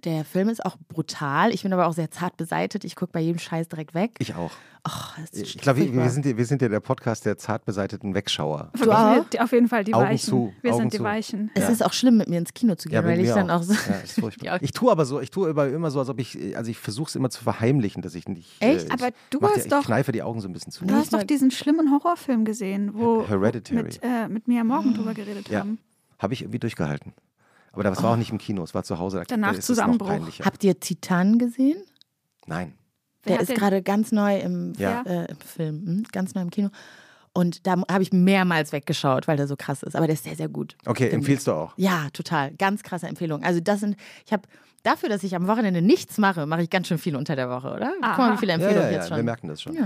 C: der Film ist auch brutal. Ich bin aber auch sehr zart beseitet. Ich gucke bei jedem Scheiß direkt weg.
A: Ich auch.
C: Och, es ist
A: Ich glaube, Äh, wir, wir,
C: furchtbar.
A: sind, ja- wir sind ja der Podcast der zart beseiteten Wegschauer.
C: Du auch?
B: Wir, auf jeden Fall die
A: Augen
B: Weichen.
A: zu,
B: Wir
A: Augen
B: sind die
A: zu. Äh,
B: Weichen.
C: Es
A: Ja.
C: ist auch schlimm, mit mir ins Kino zu gehen,
A: bei
C: weil ich
A: mir
C: dann auch so.
A: Ja, ist furchtbar.
C: Ja.
A: Ich tue aber so, ich tue über, immer so, als ob ich, also ich versuche es immer zu verheimlichen, dass ich nicht. äh,
C: Echt?
A: ich
B: Aber du
A: mach die-
B: hast
A: ich
B: doch-
A: Ich kneife die Augen so ein bisschen zu.
B: Du hast
C: mal-
B: doch diesen schlimmen Horrorfilm gesehen, wo
A: Hereditary.
B: mit, äh, mit Mia Morgan drüber geredet
A: Ja.
B: haben.
A: Habe ich irgendwie durchgehalten. Aber das
C: Oh.
A: war auch nicht im Kino, es war zu Hause. Da
B: Danach
A: ist es
B: Zusammenbruch.
A: Noch peinlicher.
C: Habt ihr Titan gesehen?
A: Nein.
B: Wer
C: Der
B: hat
C: ist
B: den-
C: gerade ganz neu im,
A: Ja.
C: äh, im Film, hm? ganz neu im Kino. Und da mu- habe ich mehrmals weggeschaut, weil der so krass ist. Aber der ist sehr, sehr gut.
A: Okay, empfiehlst du auch.
C: Ja, total. Ganz krasse Empfehlung. Also das sind, ich habe dafür, dass ich am Wochenende nichts mache, mache ich ganz schön viel unter der Woche, oder? Guck mal,
B: Aha.
C: wie viele
A: Ja, ja,
C: Empfehlungen
A: ja,
C: jetzt
A: wir
C: schon.
A: merken das schon.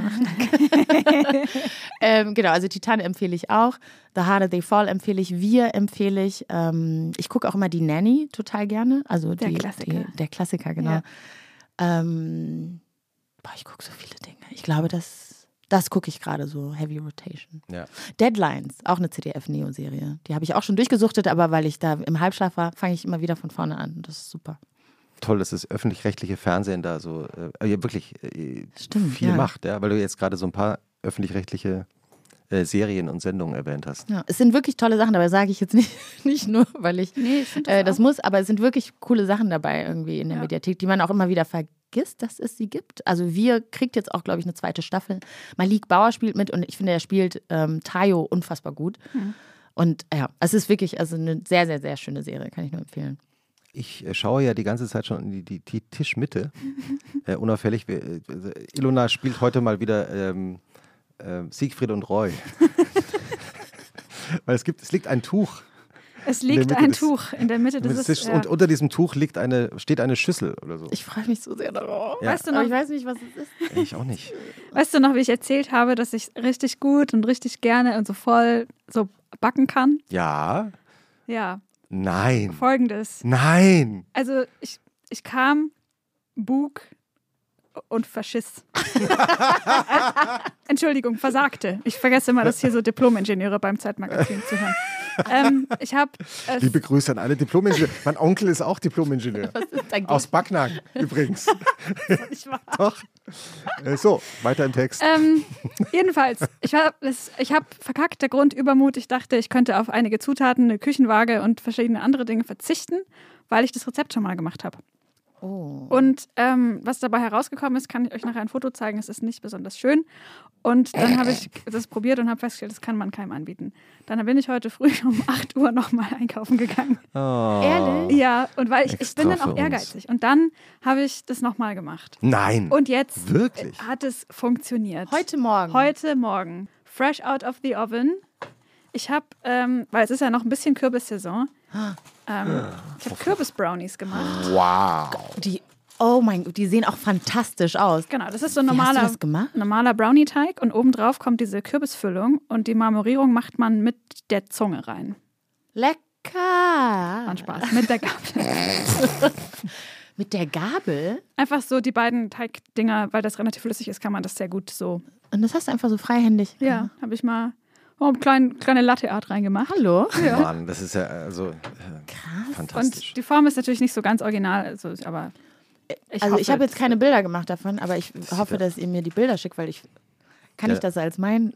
C: Ähm, genau, also Titan empfehle ich auch. The Harder They Fall empfehle ich. Wir empfehle ich. Ähm, ich gucke auch immer die Nanny total gerne. Also
B: Der
C: die,
B: Klassiker.
C: Die, der Klassiker, genau.
B: Ja.
C: Ähm, boah, ich gucke so viele Dinge. Ich glaube, das, das gucke ich gerade so. Heavy Rotation.
A: Ja.
C: Deadlines, auch eine CDF-Neo-Serie. Die habe ich auch schon durchgesuchtet, aber weil ich da im Halbschlaf war, fange ich immer wieder von vorne an. Das ist super.
A: Toll, dass das öffentlich-rechtliche Fernsehen da so äh, ja, wirklich äh,
C: Stimmt,
A: viel
C: ja.
A: macht, ja, weil du jetzt gerade so ein paar öffentlich-rechtliche äh, Serien und Sendungen erwähnt hast.
C: Ja, es sind wirklich tolle Sachen, dabei sage ich jetzt nicht, nicht nur, weil ich
B: Nee, ich finde das,
C: Äh, das
B: auch.
C: muss, aber es sind wirklich coole Sachen dabei irgendwie in der
B: Ja.
C: Mediathek, die man auch immer wieder vergisst, dass es sie gibt. Also wir kriegt jetzt auch, glaube ich, eine zweite Staffel. Malik Bauer spielt mit und ich finde, er spielt ähm, Tayo unfassbar gut. Und ja, es ist wirklich also eine sehr, sehr, sehr schöne Serie, kann ich nur empfehlen.
A: Ich äh, schaue ja die ganze Zeit schon in die, die, die Tischmitte. äh, unauffällig. Wir, äh, also Ilona spielt heute mal wieder ähm, ähm, Siegfried und Roy. Weil es gibt, es liegt ein Tuch.
B: es
A: der
B: liegt
A: Mitte
B: ein
A: des-
B: Tuch in der Mitte äh,
A: mit Tisch,
B: des Tisches. Ja.
A: Und unter diesem Tuch liegt eine, steht eine Schüssel oder so.
C: Ich freue mich so sehr darauf.
A: Ja.
B: Weißt du
C: Aber
B: noch,
C: Oh, ich weiß nicht, was es ist.
A: Ich, ich auch nicht.
B: Weißt du noch, wie ich erzählt habe, dass ich richtig gut und richtig gerne und so voll so backen kann?
A: Ja,
B: Ja,
A: nein,
B: folgendes.
A: nein.
B: Also ich, ich kam, Bug und Faschiss. Entschuldigung, versagte. Ich vergesse immer, dass hier so Diplom-Ingenieure beim Zeitmagazin zuhören. Ähm, ich habe äh,
A: Liebe Grüße an alle Diplom-Ingenieure. mein Onkel ist auch Diplom-Ingenieur.
C: Danke.
A: Aus Backnang übrigens.
B: nicht wahr.
A: Doch. Äh, so, weiter im Text.
B: Ähm, jedenfalls, ich habe ich hab verkackt, der Grund Übermut. Ich dachte, ich könnte auf einige Zutaten, eine Küchenwaage und verschiedene andere Dinge verzichten, weil ich das Rezept schon mal gemacht habe.
C: Oh.
B: Und ähm, was dabei herausgekommen ist, kann ich euch nachher ein Foto zeigen. Es ist nicht besonders schön. Und dann habe ich
A: Äh.
B: das probiert und habe festgestellt, das kann man keinem anbieten. Dann bin ich heute früh um 8 Uhr nochmal einkaufen gegangen.
A: Oh.
C: Ehrlich?
B: Ja, und weil ich, ich
A: Extra
B: bin dann
A: für
B: auch
A: uns.
B: ehrgeizig. Und dann habe ich das nochmal gemacht.
A: Nein.
B: Und jetzt
A: Wirklich?
B: hat es funktioniert.
C: Heute Morgen.
B: Heute Morgen. Fresh out of the oven. Ich habe, ähm, weil es ist ja noch ein bisschen Kürbissaison, ähm, ich habe Kürbisbrownies gemacht.
A: wow.
C: Die, oh mein Gott, die sehen auch fantastisch aus.
B: Genau, das ist so ein
C: Wie hast du
B: normaler,
C: das gemacht?
B: normaler Brownie-Teig und obendrauf kommt diese Kürbisfüllung und die Marmorierung macht man mit der Zunge rein.
C: Lecker.
B: An Spaß, mit der Gabel.
C: Mit der Gabel.
B: Einfach so die beiden Teigdinger, weil das relativ flüssig ist, kann man das sehr gut so.
C: Und das hast du einfach so freihändig.
B: Ja, habe ich mal oh, eine kleine, kleine Latte-Art reingemacht.
C: Hallo.
A: Mann, das ist ja also äh, fantastisch.
B: Und die Form ist natürlich nicht so ganz original, also, aber ich
C: also
B: hoffe,
C: ich habe jetzt
B: es-
C: keine Bilder gemacht davon, aber ich hoffe,
A: ja-
C: dass ihr mir die Bilder schickt, weil ich kann
A: Ja.
C: ich das als mein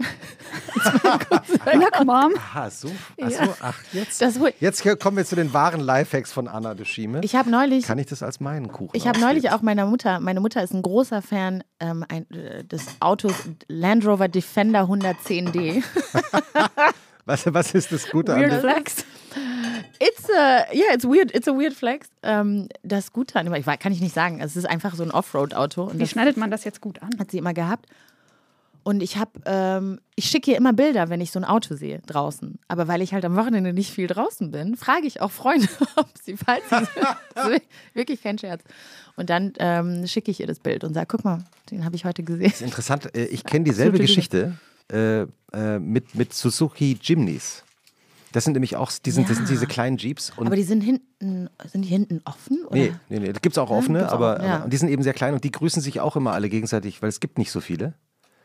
B: Look, Mom.
A: Aha, so. Ach so, ach, jetzt.
C: das hol
A: Jetzt hier kommen wir zu den wahren Lifehacks von Anna de Schime.
C: ich habe neulich
A: Kann ich das als meinen Kuchen?
C: ich habe
A: ausgeben?
C: neulich auch meiner Mutter, meine Mutter ist ein großer Fan ähm, ein, äh, des Autos Land Rover Defender 110D.
A: Was, was ist das Gute an
B: Weird
A: dem?
B: Flex.
C: It's a, yeah, it's weird, it's a weird flex. Ähm, das Gute an dem, ich, weiß- kann ich nicht sagen, es ist einfach so ein Offroad-Auto. und
B: Wie
C: das-
B: schneidet man das jetzt gut an?
C: hat sie immer gehabt. Und ich habe, ähm, ich schicke ihr immer Bilder, wenn ich so ein Auto sehe draußen. Aber weil ich halt am Wochenende nicht viel draußen bin, frage ich auch Freunde, ob sie falsch sind. Das ist Wirklich kein Scherz. Und dann ähm, schicke ich ihr das Bild und sage, guck mal, den habe ich heute gesehen.
A: ist interessant, äh, ich kenne dieselbe
C: Absolute
A: Geschichte äh, äh, mit, mit Suzuki Jimneys. Das sind nämlich auch die sind, das sind
C: Ja.
A: diese kleinen Jeeps. Und
C: Aber die sind hinten, sind die hinten offen? Oder?
A: nee, nee, nee, da gibt es auch offene,
C: gibt's auch
A: aber,
C: offene, ja.
A: aber und die sind eben sehr klein und die grüßen sich auch immer alle gegenseitig, weil es gibt nicht so viele.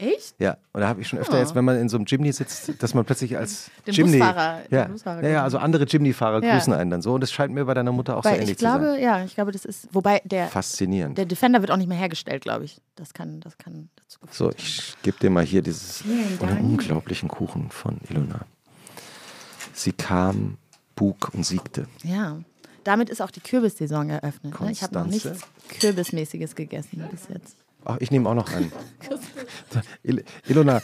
C: Echt?
A: Ja, und da habe ich schon öfter jetzt, wenn man in so einem Jimny sitzt, dass man plötzlich als
C: Ah. Den
A: Jimny.
C: Busfahrer- den
A: ja,
C: Busfahrer
A: ja, ja,
C: grüßen.
A: also andere Jimny-Fahrer
C: Ja.
A: grüßen einen dann so. Und das scheint mir bei deiner Mutter auch so
C: Weil
A: ähnlich
C: ich glaube,
A: zu
C: ja, ich glaube, das ist, wobei der,
A: sein. Faszinierend.
C: der Defender wird auch nicht mehr hergestellt, glaube ich. Das kann, das kann dazu geführt
A: So, ich gebe dir mal hier dieses
C: Vielen Dank.
A: unglaublichen Kuchen von Ilona. Sie kam, bug und siegte.
C: Ja, damit ist auch die Kürbissaison eröffnet. Ne? Ich habe noch
A: Konstanze?
C: nichts Kürbismäßiges gegessen bis jetzt.
A: Ach, ich nehme auch noch einen. Il Ilona.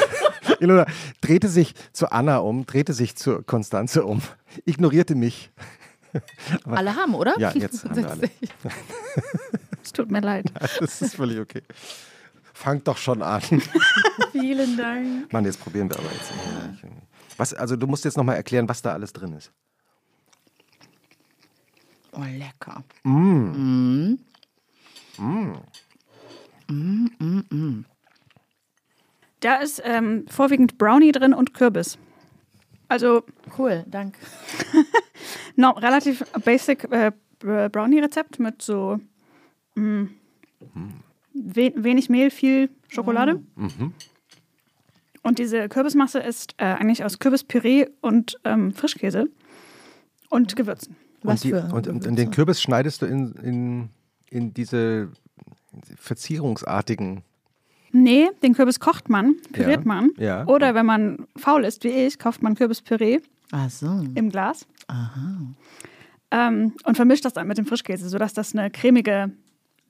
A: Ilona drehte sich zu Anna um, drehte sich zu Konstanze um, ignorierte mich.
C: Alle haben, oder?
A: Ja, jetzt haben wir alle.
B: Es tut mir leid.
A: Das ist völlig okay. Fangt doch schon an.
B: Vielen Dank.
A: Mann, jetzt probieren wir aber jetzt. irgendwie nicht. Was, also du musst jetzt nochmal erklären, was da alles drin ist.
C: Oh, lecker.
B: Da ist ähm, vorwiegend Brownie drin und Kürbis. Also
C: Cool, danke.
B: no, relativ basic äh, Br- Brownie-Rezept mit so mm, we wenig Mehl, viel Schokolade. Und diese Kürbismasse ist äh, eigentlich aus Kürbispüree und ähm, Frischkäse und Gewürzen.
A: und,
C: Was
A: die,
C: für
A: und, und, und den Kürbis schneidest du in, in, in diese verzierungsartigen.
B: Nee, den Kürbis kocht man, püriert
A: Ja,
B: man.
A: ja.
B: Oder wenn man faul ist wie ich, kauft man Kürbispüree
C: Ach so.
B: im Glas. Ähm, und vermischt das dann mit dem Frischkäse, sodass das eine cremige,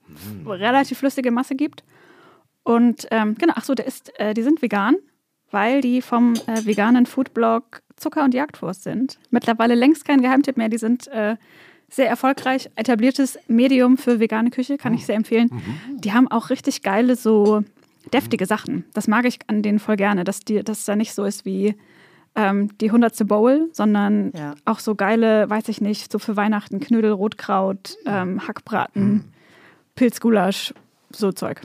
A: Mhm.
B: relativ flüssige Masse gibt. Und ähm, genau, ach so, der ist, äh, die sind vegan, weil die vom äh, veganen Foodblog Zucker und Jagdwurst sind. Mittlerweile längst kein Geheimtipp mehr. Die sind äh, sehr erfolgreich, etabliertes Medium für vegane Küche, kann ich sehr empfehlen. Die haben auch richtig geile, so deftige Sachen. Das mag ich an denen voll gerne, dass, die, dass da nicht so ist wie ähm, die 100. Bowl, sondern
C: Ja.
B: auch so geile, weiß ich nicht, so für Weihnachten Knödel, Rotkraut, ähm, Hackbraten, Pilzgulasch, so Zeug.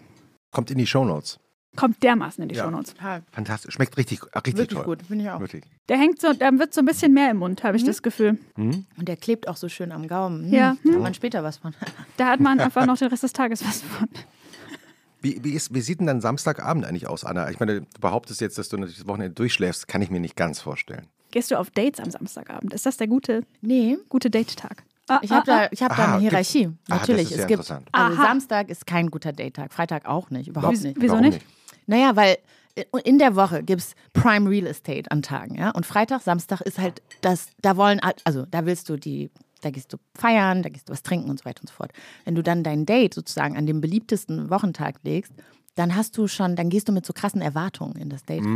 A: Kommt in die Shownotes.
B: Kommt dermaßen in die
A: Ja.
B: Shownotes.
C: Ja,
A: Fantastisch. Schmeckt richtig, richtig
C: wirklich
A: toll.
C: gut, finde ich auch.
A: Wirklich.
B: Der hängt so, da wird so ein bisschen mehr im Mund, habe ich
C: Mhm.
B: das Gefühl.
C: Und der klebt auch so schön am Gaumen. Hm,
B: Ja.
A: Mhm.
C: Kann man später was von.
B: Da hat man einfach noch den Rest des Tages was von.
A: Wie, wie, ist, wie sieht denn dann Samstagabend eigentlich aus, Anna? Ich meine, du behauptest jetzt, dass du natürlich das Wochenende durchschläfst, kann ich mir nicht ganz vorstellen.
B: Gehst du auf Dates am Samstagabend? Ist das der gute,
C: Nee,
B: gute Date-Tag? Ah,
C: ich habe
B: ah,
C: da, ich hab da
A: Ah,
C: eine
A: gibt's-
C: Hierarchie.
A: Ah, das
C: Natürlich,
A: ist sehr
C: es gibt.
A: interessant.
C: Also
B: Aha.
C: Samstag ist kein guter Date-Tag, Freitag auch nicht, überhaupt nicht.
B: Wieso
A: Warum
B: nicht?
C: Naja, weil äh, in der Woche gibt es Prime Real Estate an Tagen, ja. Und Freitag, Samstag ist halt das, da wollen, all- also da willst du die, da gehst du feiern, da gehst du was trinken und so weiter und so fort. Wenn du dann dein Date sozusagen an den beliebtesten Wochentag legst, dann hast du schon, dann gehst du mit so krassen Erwartungen in das Date rein.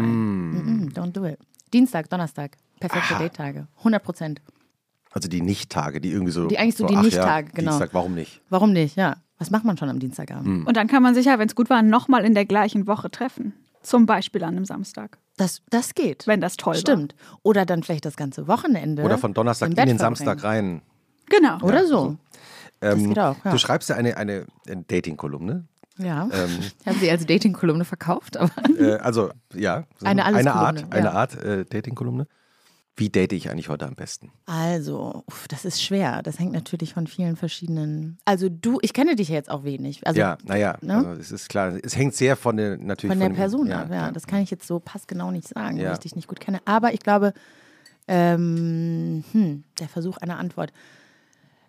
C: Mm -mm, don't do it. Dienstag, Donnerstag, perfekte
A: Ah.
C: Date-Tage, 100 Prozent.
A: Also die Nicht-Tage, die irgendwie so.
C: Die eigentlich so die
A: ach
C: Nicht-Tage,
A: ja,
C: genau.
A: Dienstag, warum nicht?
C: Warum nicht, ja. Was macht man schon am Dienstagabend?
A: Mm.
B: Mhm. Und dann kann man sich ja, wenn es gut war, nochmal in der gleichen Woche treffen. Zum Beispiel an einem Samstag,
C: Das, das geht.
B: wenn das toll
C: Stimmt. Oder dann vielleicht das ganze Wochenende.
A: Oder von Donnerstag
C: im
A: in
C: Bett
A: den
C: verbringen.
A: Samstag rein.
B: war. Genau.
C: Oder so.
A: Ähm,
C: geht auch, ja.
A: Du schreibst ja eine, eine, eine Dating-Kolumne.
C: Ja.
A: Ähm,
C: Ich habe sie als Dating-Kolumne verkauft, aber
A: äh, also, ja. so
C: Eine
A: eine
C: Alles-Kolumne,
A: Art, eine
C: ja.
A: Art äh, Dating-Kolumne. Wie date ich eigentlich heute am besten?
C: Also, uff, das ist schwer. Das hängt natürlich von vielen verschiedenen. Also du, ich kenne dich ja jetzt auch wenig. Also
A: ja, naja,
C: ne?
A: also, es ist klar. Es hängt sehr von der, natürlich
C: von der
A: dem-
C: Person ab. Ja,
A: klar.
C: das kann ich jetzt so passgenau nicht sagen,
A: Ja.
C: weil ich dich nicht gut kenne. Aber ich glaube, ähm, hm, der Versuch einer Antwort.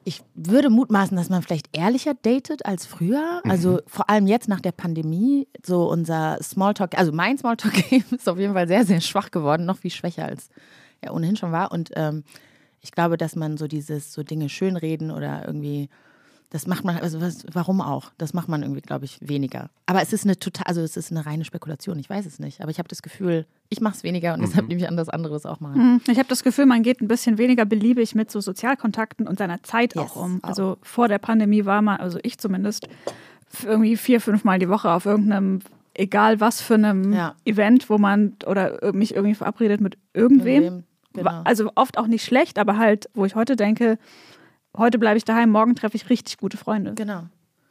C: Ich würde mutmaßen, dass man vielleicht ehrlicher datet als früher.
A: Mhm.
C: Also vor allem jetzt nach der Pandemie, so unser Smalltalk, also mein Smalltalk-Game ist auf jeden Fall sehr, sehr schwach geworden, noch viel schwächer als er ohnehin schon war. Und ähm, ich glaube, dass man so dieses, so Dinge schönreden oder irgendwie Das macht man, also was, warum auch? Das macht man irgendwie, glaube ich, weniger. Aber es ist eine total, also es ist eine reine Spekulation. Ich weiß es nicht. Aber ich habe das Gefühl, ich mache es weniger und
B: Mhm.
C: deshalb nehme ich an, dass andere es auch machen.
B: Hm, Ich habe das Gefühl, man geht ein bisschen weniger beliebig mit so Sozialkontakten und seiner Zeit
C: Yes,
B: auch um.
C: auch.
B: Also vor der Pandemie war man, also ich zumindest, f- irgendwie vier, fünf Mal die Woche auf irgendeinem, egal was für einem
C: Ja.
B: Event, wo man oder ir- mich irgendwie verabredet mit irgendwem.
C: Irgendwem, genau.
B: Wa- Also oft auch nicht schlecht, aber halt, wo ich heute denke, heute bleibe ich daheim, morgen treffe ich richtig gute Freunde.
C: Genau.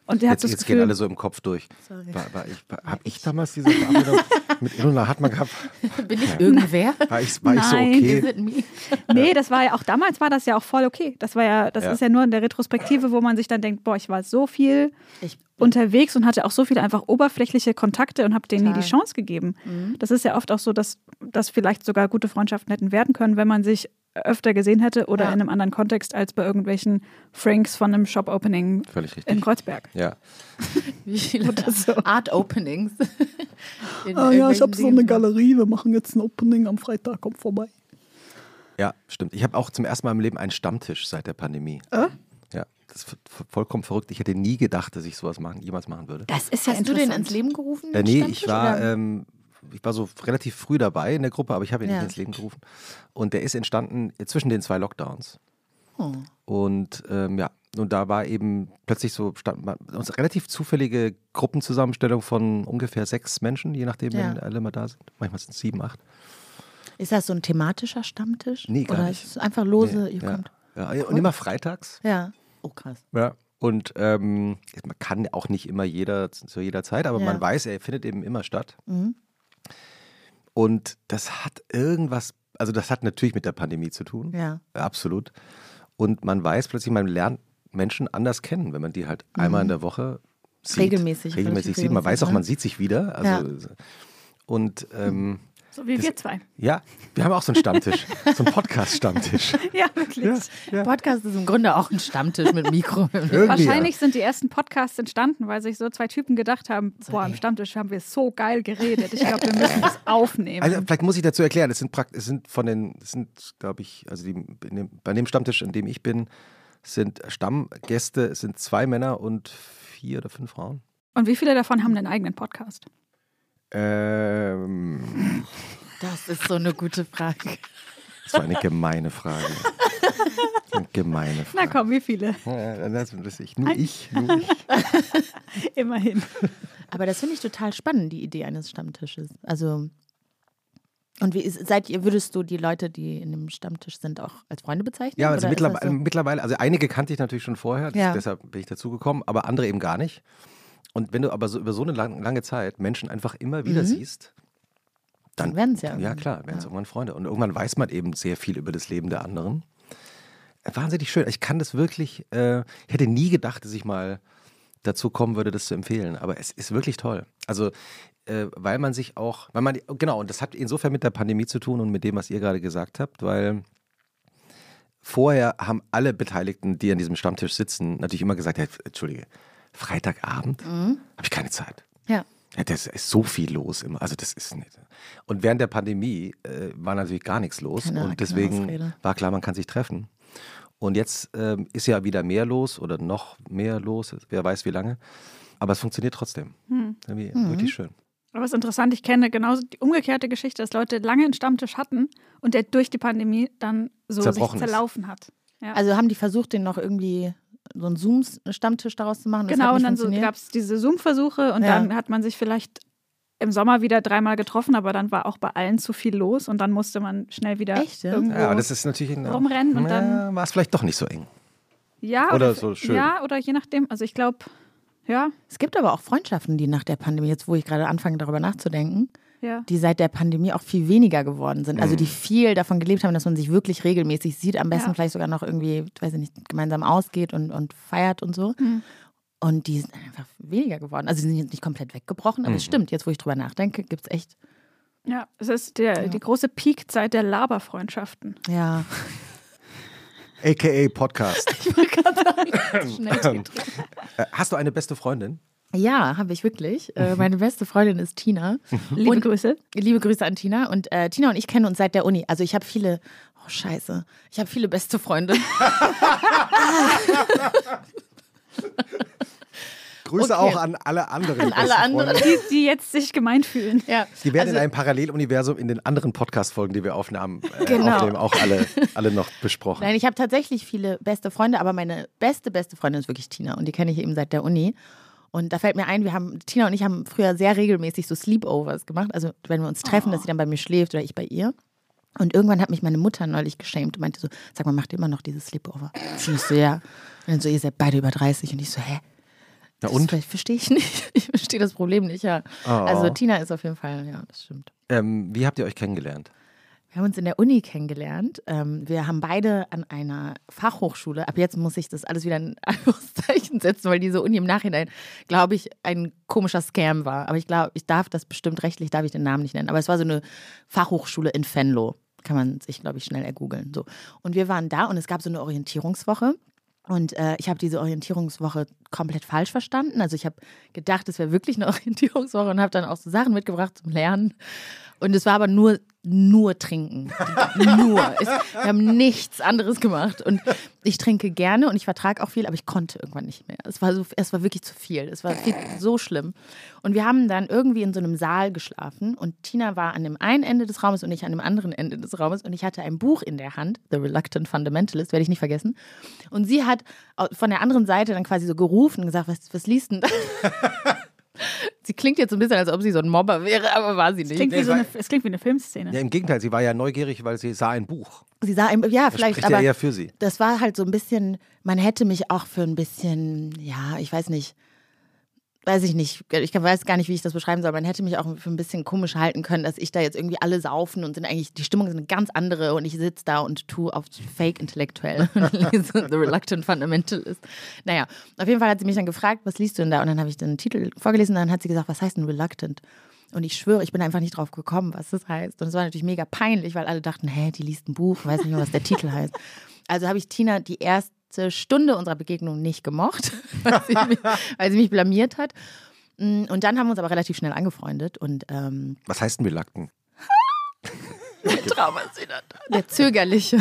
B: Und ihr habt
A: Jetzt,
B: das
A: jetzt gehen
B: Gefühl,
A: alle so im Kopf durch.
C: Sorry.
A: War, war ich, war, hab ich damals diese Verabredung mit Ilona Hartmann gehabt?
C: Bin ich irgendwer?
A: War ich, war ich so
B: Nein,
C: Is
A: okay?
C: it me?
B: Nee, das war ja auch damals war das ja auch voll okay. Das war ja, das
A: Ja.
B: ist ja nur in der Retrospektive, wo man sich dann denkt, boah, ich war so viel
C: Ich,
B: unterwegs und hatte auch so viele einfach oberflächliche Kontakte und habe denen nie die
C: Total. Mhm.
B: Chance gegeben. Das ist ja oft auch so, dass das vielleicht sogar gute Freundschaften hätten werden können, wenn man sich öfter gesehen hätte oder
C: Ja.
B: in einem anderen Kontext als bei irgendwelchen Franks von einem Shop Opening
A: Völlig richtig.
B: in Kreuzberg.
A: Ja.
C: wie viele
B: Oder so. Ah
C: Art Openings. In irgendwelchen
B: Oh hab
C: Dingen.
B: Galerie, wir machen jetzt ein Opening am Freitag, kommt vorbei.
A: ja, stimmt. Ich habe auch zum ersten Mal im Leben einen Stammtisch seit der Pandemie.
C: Äh?
A: Ja, das ist v- vollkommen verrückt. Ich hätte nie gedacht, dass ich sowas machen, jemals machen würde.
B: Das ist ja
C: Hast du den
B: interessant.
C: ins Leben gerufen?
A: Äh, nee,
C: Stammtisch,
A: ich war,
C: oder?
A: ähm, ich war so relativ früh dabei in der Gruppe, aber ich habe ihn
C: Ja.
A: nicht ins Leben gerufen. Und der ist entstanden äh, zwischen den zwei Lockdowns.
C: Oh.
A: Und ähm, ja, und da war eben plötzlich so, stand man, uns relativ zufällige Gruppenzusammenstellung von ungefähr sechs Menschen, je nachdem,
C: Ja.
A: wenn alle mal da sind. Manchmal sind es sieben, acht.
C: Ist das so ein thematischer Stammtisch?
A: Nee, gar
C: Oder
A: nicht.
C: ist es einfach lose, ihr
A: ja.
C: kommt?
A: Ja, und immer freitags.
C: Ja. Oh, krass.
A: Ja. Und ähm, man kann auch nicht immer jeder zu zu jeder Zeit, aber
C: Ja.
A: man weiß, er findet eben immer statt.
C: Mhm.
A: Und das hat irgendwas, also das hat natürlich mit der Pandemie zu tun.
C: Ja.
A: Absolut. Und man weiß plötzlich, man lernt Menschen anders kennen, wenn man die halt einmal in der Woche sieht.
C: Regelmäßig,
A: Regelmäßig
C: relativ
A: sieht. Man weiß auch,
C: regelmäßig,
A: man sieht sich wieder. Also, Und ähm,
B: So wie wir zwei.
A: ja, wir haben auch so einen Stammtisch, so einen Podcast-Stammtisch.
B: Ja, wirklich.
A: Ja, ja.
C: Podcast ist im Grunde auch ein Stammtisch mit Mikro.
A: Irgendwie,
B: Wahrscheinlich sind die ersten Podcasts entstanden, weil sich so zwei Typen gedacht haben, boah, am Stammtisch haben wir so geil geredet. Ich glaube, wir müssen das aufnehmen.
A: Also vielleicht muss ich dazu erklären, es sind prakt- es sind von den, es sind, glaube ich, also die, in dem, bei dem Stammtisch, in dem ich bin, sind Stammgäste, es sind zwei Männer und vier oder fünf Frauen.
B: Und wie viele davon haben einen eigenen Podcast?
A: Ähm,
C: Das ist so eine gute Frage.
A: das war eine gemeine Frage. Eine gemeine
B: Na
A: Frage.
B: komm, wie viele?
A: Ja, das weiß ich. Nur ich, nur ich.
B: Immerhin.
C: Aber das finde ich total spannend, die Idee eines Stammtisches. Also, und wie ist, seid ihr, würdest du die Leute, die in dem Stammtisch sind, auch als Freunde bezeichnen?
A: Ja, also
C: Oder ist das
A: mittlerweile, mittlerweile, also einige kannte ich natürlich schon vorher, das,
C: Ja.
A: deshalb bin ich dazugekommen, aber andere eben gar nicht. Und wenn du aber so, über so eine lang, lange Zeit Menschen einfach immer
C: Mhm.
A: wieder siehst, dann
C: Dann werden's ja
A: Ja,
C: irgendwann.
A: klar, werden es irgendwann Freunde. Und irgendwann weiß man eben sehr viel über das Leben der anderen. Äh, Wahnsinnig schön. Ich kann das wirklich, äh, ich hätte nie gedacht, dass ich mal dazu kommen würde, das zu empfehlen. Aber es ist wirklich toll. Also, äh, weil man sich auch, weil man, genau, und das hat insofern mit der Pandemie zu tun und mit dem, was ihr gerade gesagt habt, weil vorher haben alle Beteiligten, die an diesem Stammtisch sitzen, natürlich immer gesagt, hey, entschuldige, Freitagabend habe ich keine Zeit.
C: Ja.
A: Ja, das ist so viel los immer. Also das ist nicht. Und während der Pandemie äh, war natürlich gar nichts los
C: Keine- keine
A: und deswegen
C: Ausrede.
A: war klar, man kann sich treffen. Und jetzt ähm, ist ja wieder mehr los oder noch mehr los, wer weiß wie lange. Aber es funktioniert trotzdem.
B: Hm.
A: Irgendwie
C: Mhm.
A: Wirklich schön.
B: Aber es ist interessant, ich kenne genauso die umgekehrte Geschichte, dass Leute lange einen Stammtisch hatten und der durch die Pandemie dann so sich
A: Zerbrochen ist.
B: zerlaufen hat. Ja.
C: Also haben die versucht, den noch irgendwie so einen Zoom-Stammtisch daraus zu machen? Das
B: genau,
C: hat
B: und
C: nicht
B: dann so
C: funktioniert?
B: gab es diese Zoom-Versuche und
C: Ja.
B: dann hat man sich vielleicht im Sommer wieder dreimal getroffen, aber dann war auch bei allen zu viel los und dann musste man schnell wieder
C: Echt, ja?
B: irgendwo.
A: Ja, aber das ist natürlich ein,
B: Rumrennen und
A: Ja,
B: dann-
A: war es vielleicht doch nicht so eng.
B: Ja,
A: Oder so schön.
B: Ja, oder je nachdem. Also ich glaube, ja,
C: Es gibt aber auch Freundschaften, die nach der Pandemie, jetzt wo ich gerade anfange, darüber nachzudenken,
B: ja.
C: die seit der Pandemie auch viel weniger geworden sind. Also die viel davon gelebt haben, dass man sich wirklich regelmäßig sieht, am besten
B: Ja.
C: vielleicht sogar noch irgendwie, weiß ich nicht, gemeinsam ausgeht und, und feiert und so. Und die sind einfach weniger geworden. Also die sind jetzt nicht komplett weggebrochen, aber es stimmt, jetzt wo ich drüber nachdenke, gibt es echt.
B: ja. Es ist der, die große Peakzeit der Laberfreundschaften.
C: Ja,
A: AKA Podcast.
C: schnell.
A: Äh, Hast du eine beste Freundin?
C: ja, habe ich wirklich. Äh, meine beste Freundin ist Tina.
B: Liebe
C: Und-
B: Grüße.
C: Liebe Grüße an Tina. Und äh, Tina und ich kennen uns seit der Uni. Also ich habe viele, oh scheiße, ich habe viele beste Freunde.
A: Grüße
C: Okay.
A: auch an alle anderen.
C: An alle
A: besten
C: anderen.
A: Freunde.
B: Die, die jetzt sich gemeint fühlen.
C: Ja.
A: Die werden in
C: Also-
A: einem Paralleluniversum in den anderen Podcast-Folgen, die wir aufnahmen, äh,
C: Genau.
A: aufnehmen, auch alle, alle noch besprochen.
C: Nein, ich habe tatsächlich viele beste Freunde, aber meine beste, beste Freundin ist wirklich Tina und die kenne ich eben seit der Uni. Und da fällt mir ein, wir haben, Tina und ich haben früher sehr regelmäßig so Sleepovers gemacht. Also wenn wir uns treffen,
A: Oh.
C: dass sie dann bei mir schläft oder ich bei ihr. Und irgendwann hat mich meine Mutter neulich geschämt und meinte so, sag mal, macht ihr immer noch dieses Sleepover? Und ich so, ja. Und dann so, ihr seid beide über 30. Und ich so, hä?
A: Na
C: Das
A: und?
C: verstehe ich nicht. Ich verstehe das Problem nicht, ja.
A: Oh.
C: Also Tina ist auf jeden Fall, ja, das stimmt.
A: Ähm, wie habt ihr euch kennengelernt?
C: Wir haben uns in der Uni kennengelernt. Ähm, wir haben beide an einer Fachhochschule, ab jetzt muss ich das alles wieder in Anführungszeichen setzen, weil diese Uni im Nachhinein, glaube ich, ein komischer Scam war. Aber ich glaube, ich darf das bestimmt rechtlich, darf ich den Namen nicht nennen. Aber es war so eine Fachhochschule in Venlo. Kann man sich, glaube ich, schnell ergoogeln. So. Und wir waren da und es gab so eine Orientierungswoche. Und äh, ich habe diese Orientierungswoche komplett falsch verstanden. Also ich habe gedacht, es wäre wirklich eine Orientierungswoche und habe dann auch so Sachen mitgebracht zum Lernen. Und es war aber nur, nur trinken. nur. Es, wir haben nichts anderes gemacht. Und ich trinke gerne und ich vertrage auch viel, aber ich konnte irgendwann nicht mehr. Es war, so, es war wirklich zu viel. Es war viel, so schlimm. Und wir haben dann irgendwie in so einem Saal geschlafen und Tina war an dem einen Ende des Raumes und ich an dem anderen Ende des Raumes und ich hatte ein Buch in der Hand, The Reluctant Fundamentalist, werde ich nicht vergessen. Und sie hat au- von der anderen Seite dann quasi so gerufen und gesagt, was, was liest denn da? Sie klingt jetzt so ein bisschen, als ob sie so ein Mobber wäre, aber war sie nicht.
B: Klingt
A: Nee,
B: wie so eine,
A: es
B: es klingt wie eine Filmszene.
A: Ja, Im Gegenteil, sie war ja neugierig, weil sie sah ein Buch.
C: Sie sah einem, ja,
A: Das
C: vielleicht,
A: spricht ja
C: aber
A: eher für sie.
C: das war halt so ein bisschen, man hätte mich auch für ein bisschen, ja, ich weiß nicht, weiß ich nicht, ich weiß gar nicht, wie ich das beschreiben soll, man hätte mich auch für ein bisschen komisch halten können, dass ich da jetzt irgendwie alle saufen und sind eigentlich, die Stimmung ist eine ganz andere und ich sitze da und tue auf fake intellektuell und lese The Reluctant Fundamentalist. Naja, auf jeden Fall hat sie mich dann gefragt, was liest du denn da? Und dann habe ich den Titel vorgelesen und dann hat sie gesagt, was heißt denn Reluctant? Und ich schwöre, ich bin einfach nicht drauf gekommen, was das heißt. Und es war natürlich mega peinlich, weil alle dachten, hä, die liest ein Buch, weiß nicht mehr, was der Titel heißt. Also habe ich Tina die erste Stunde unserer Begegnung nicht gemocht, weil sie mich, weil sie mich blamiert hat. Mm, Und dann haben wir uns aber relativ schnell angefreundet und ähm,
A: Was heißt denn Belakten?
C: der Trauma ist wieder da. Der zögerliche.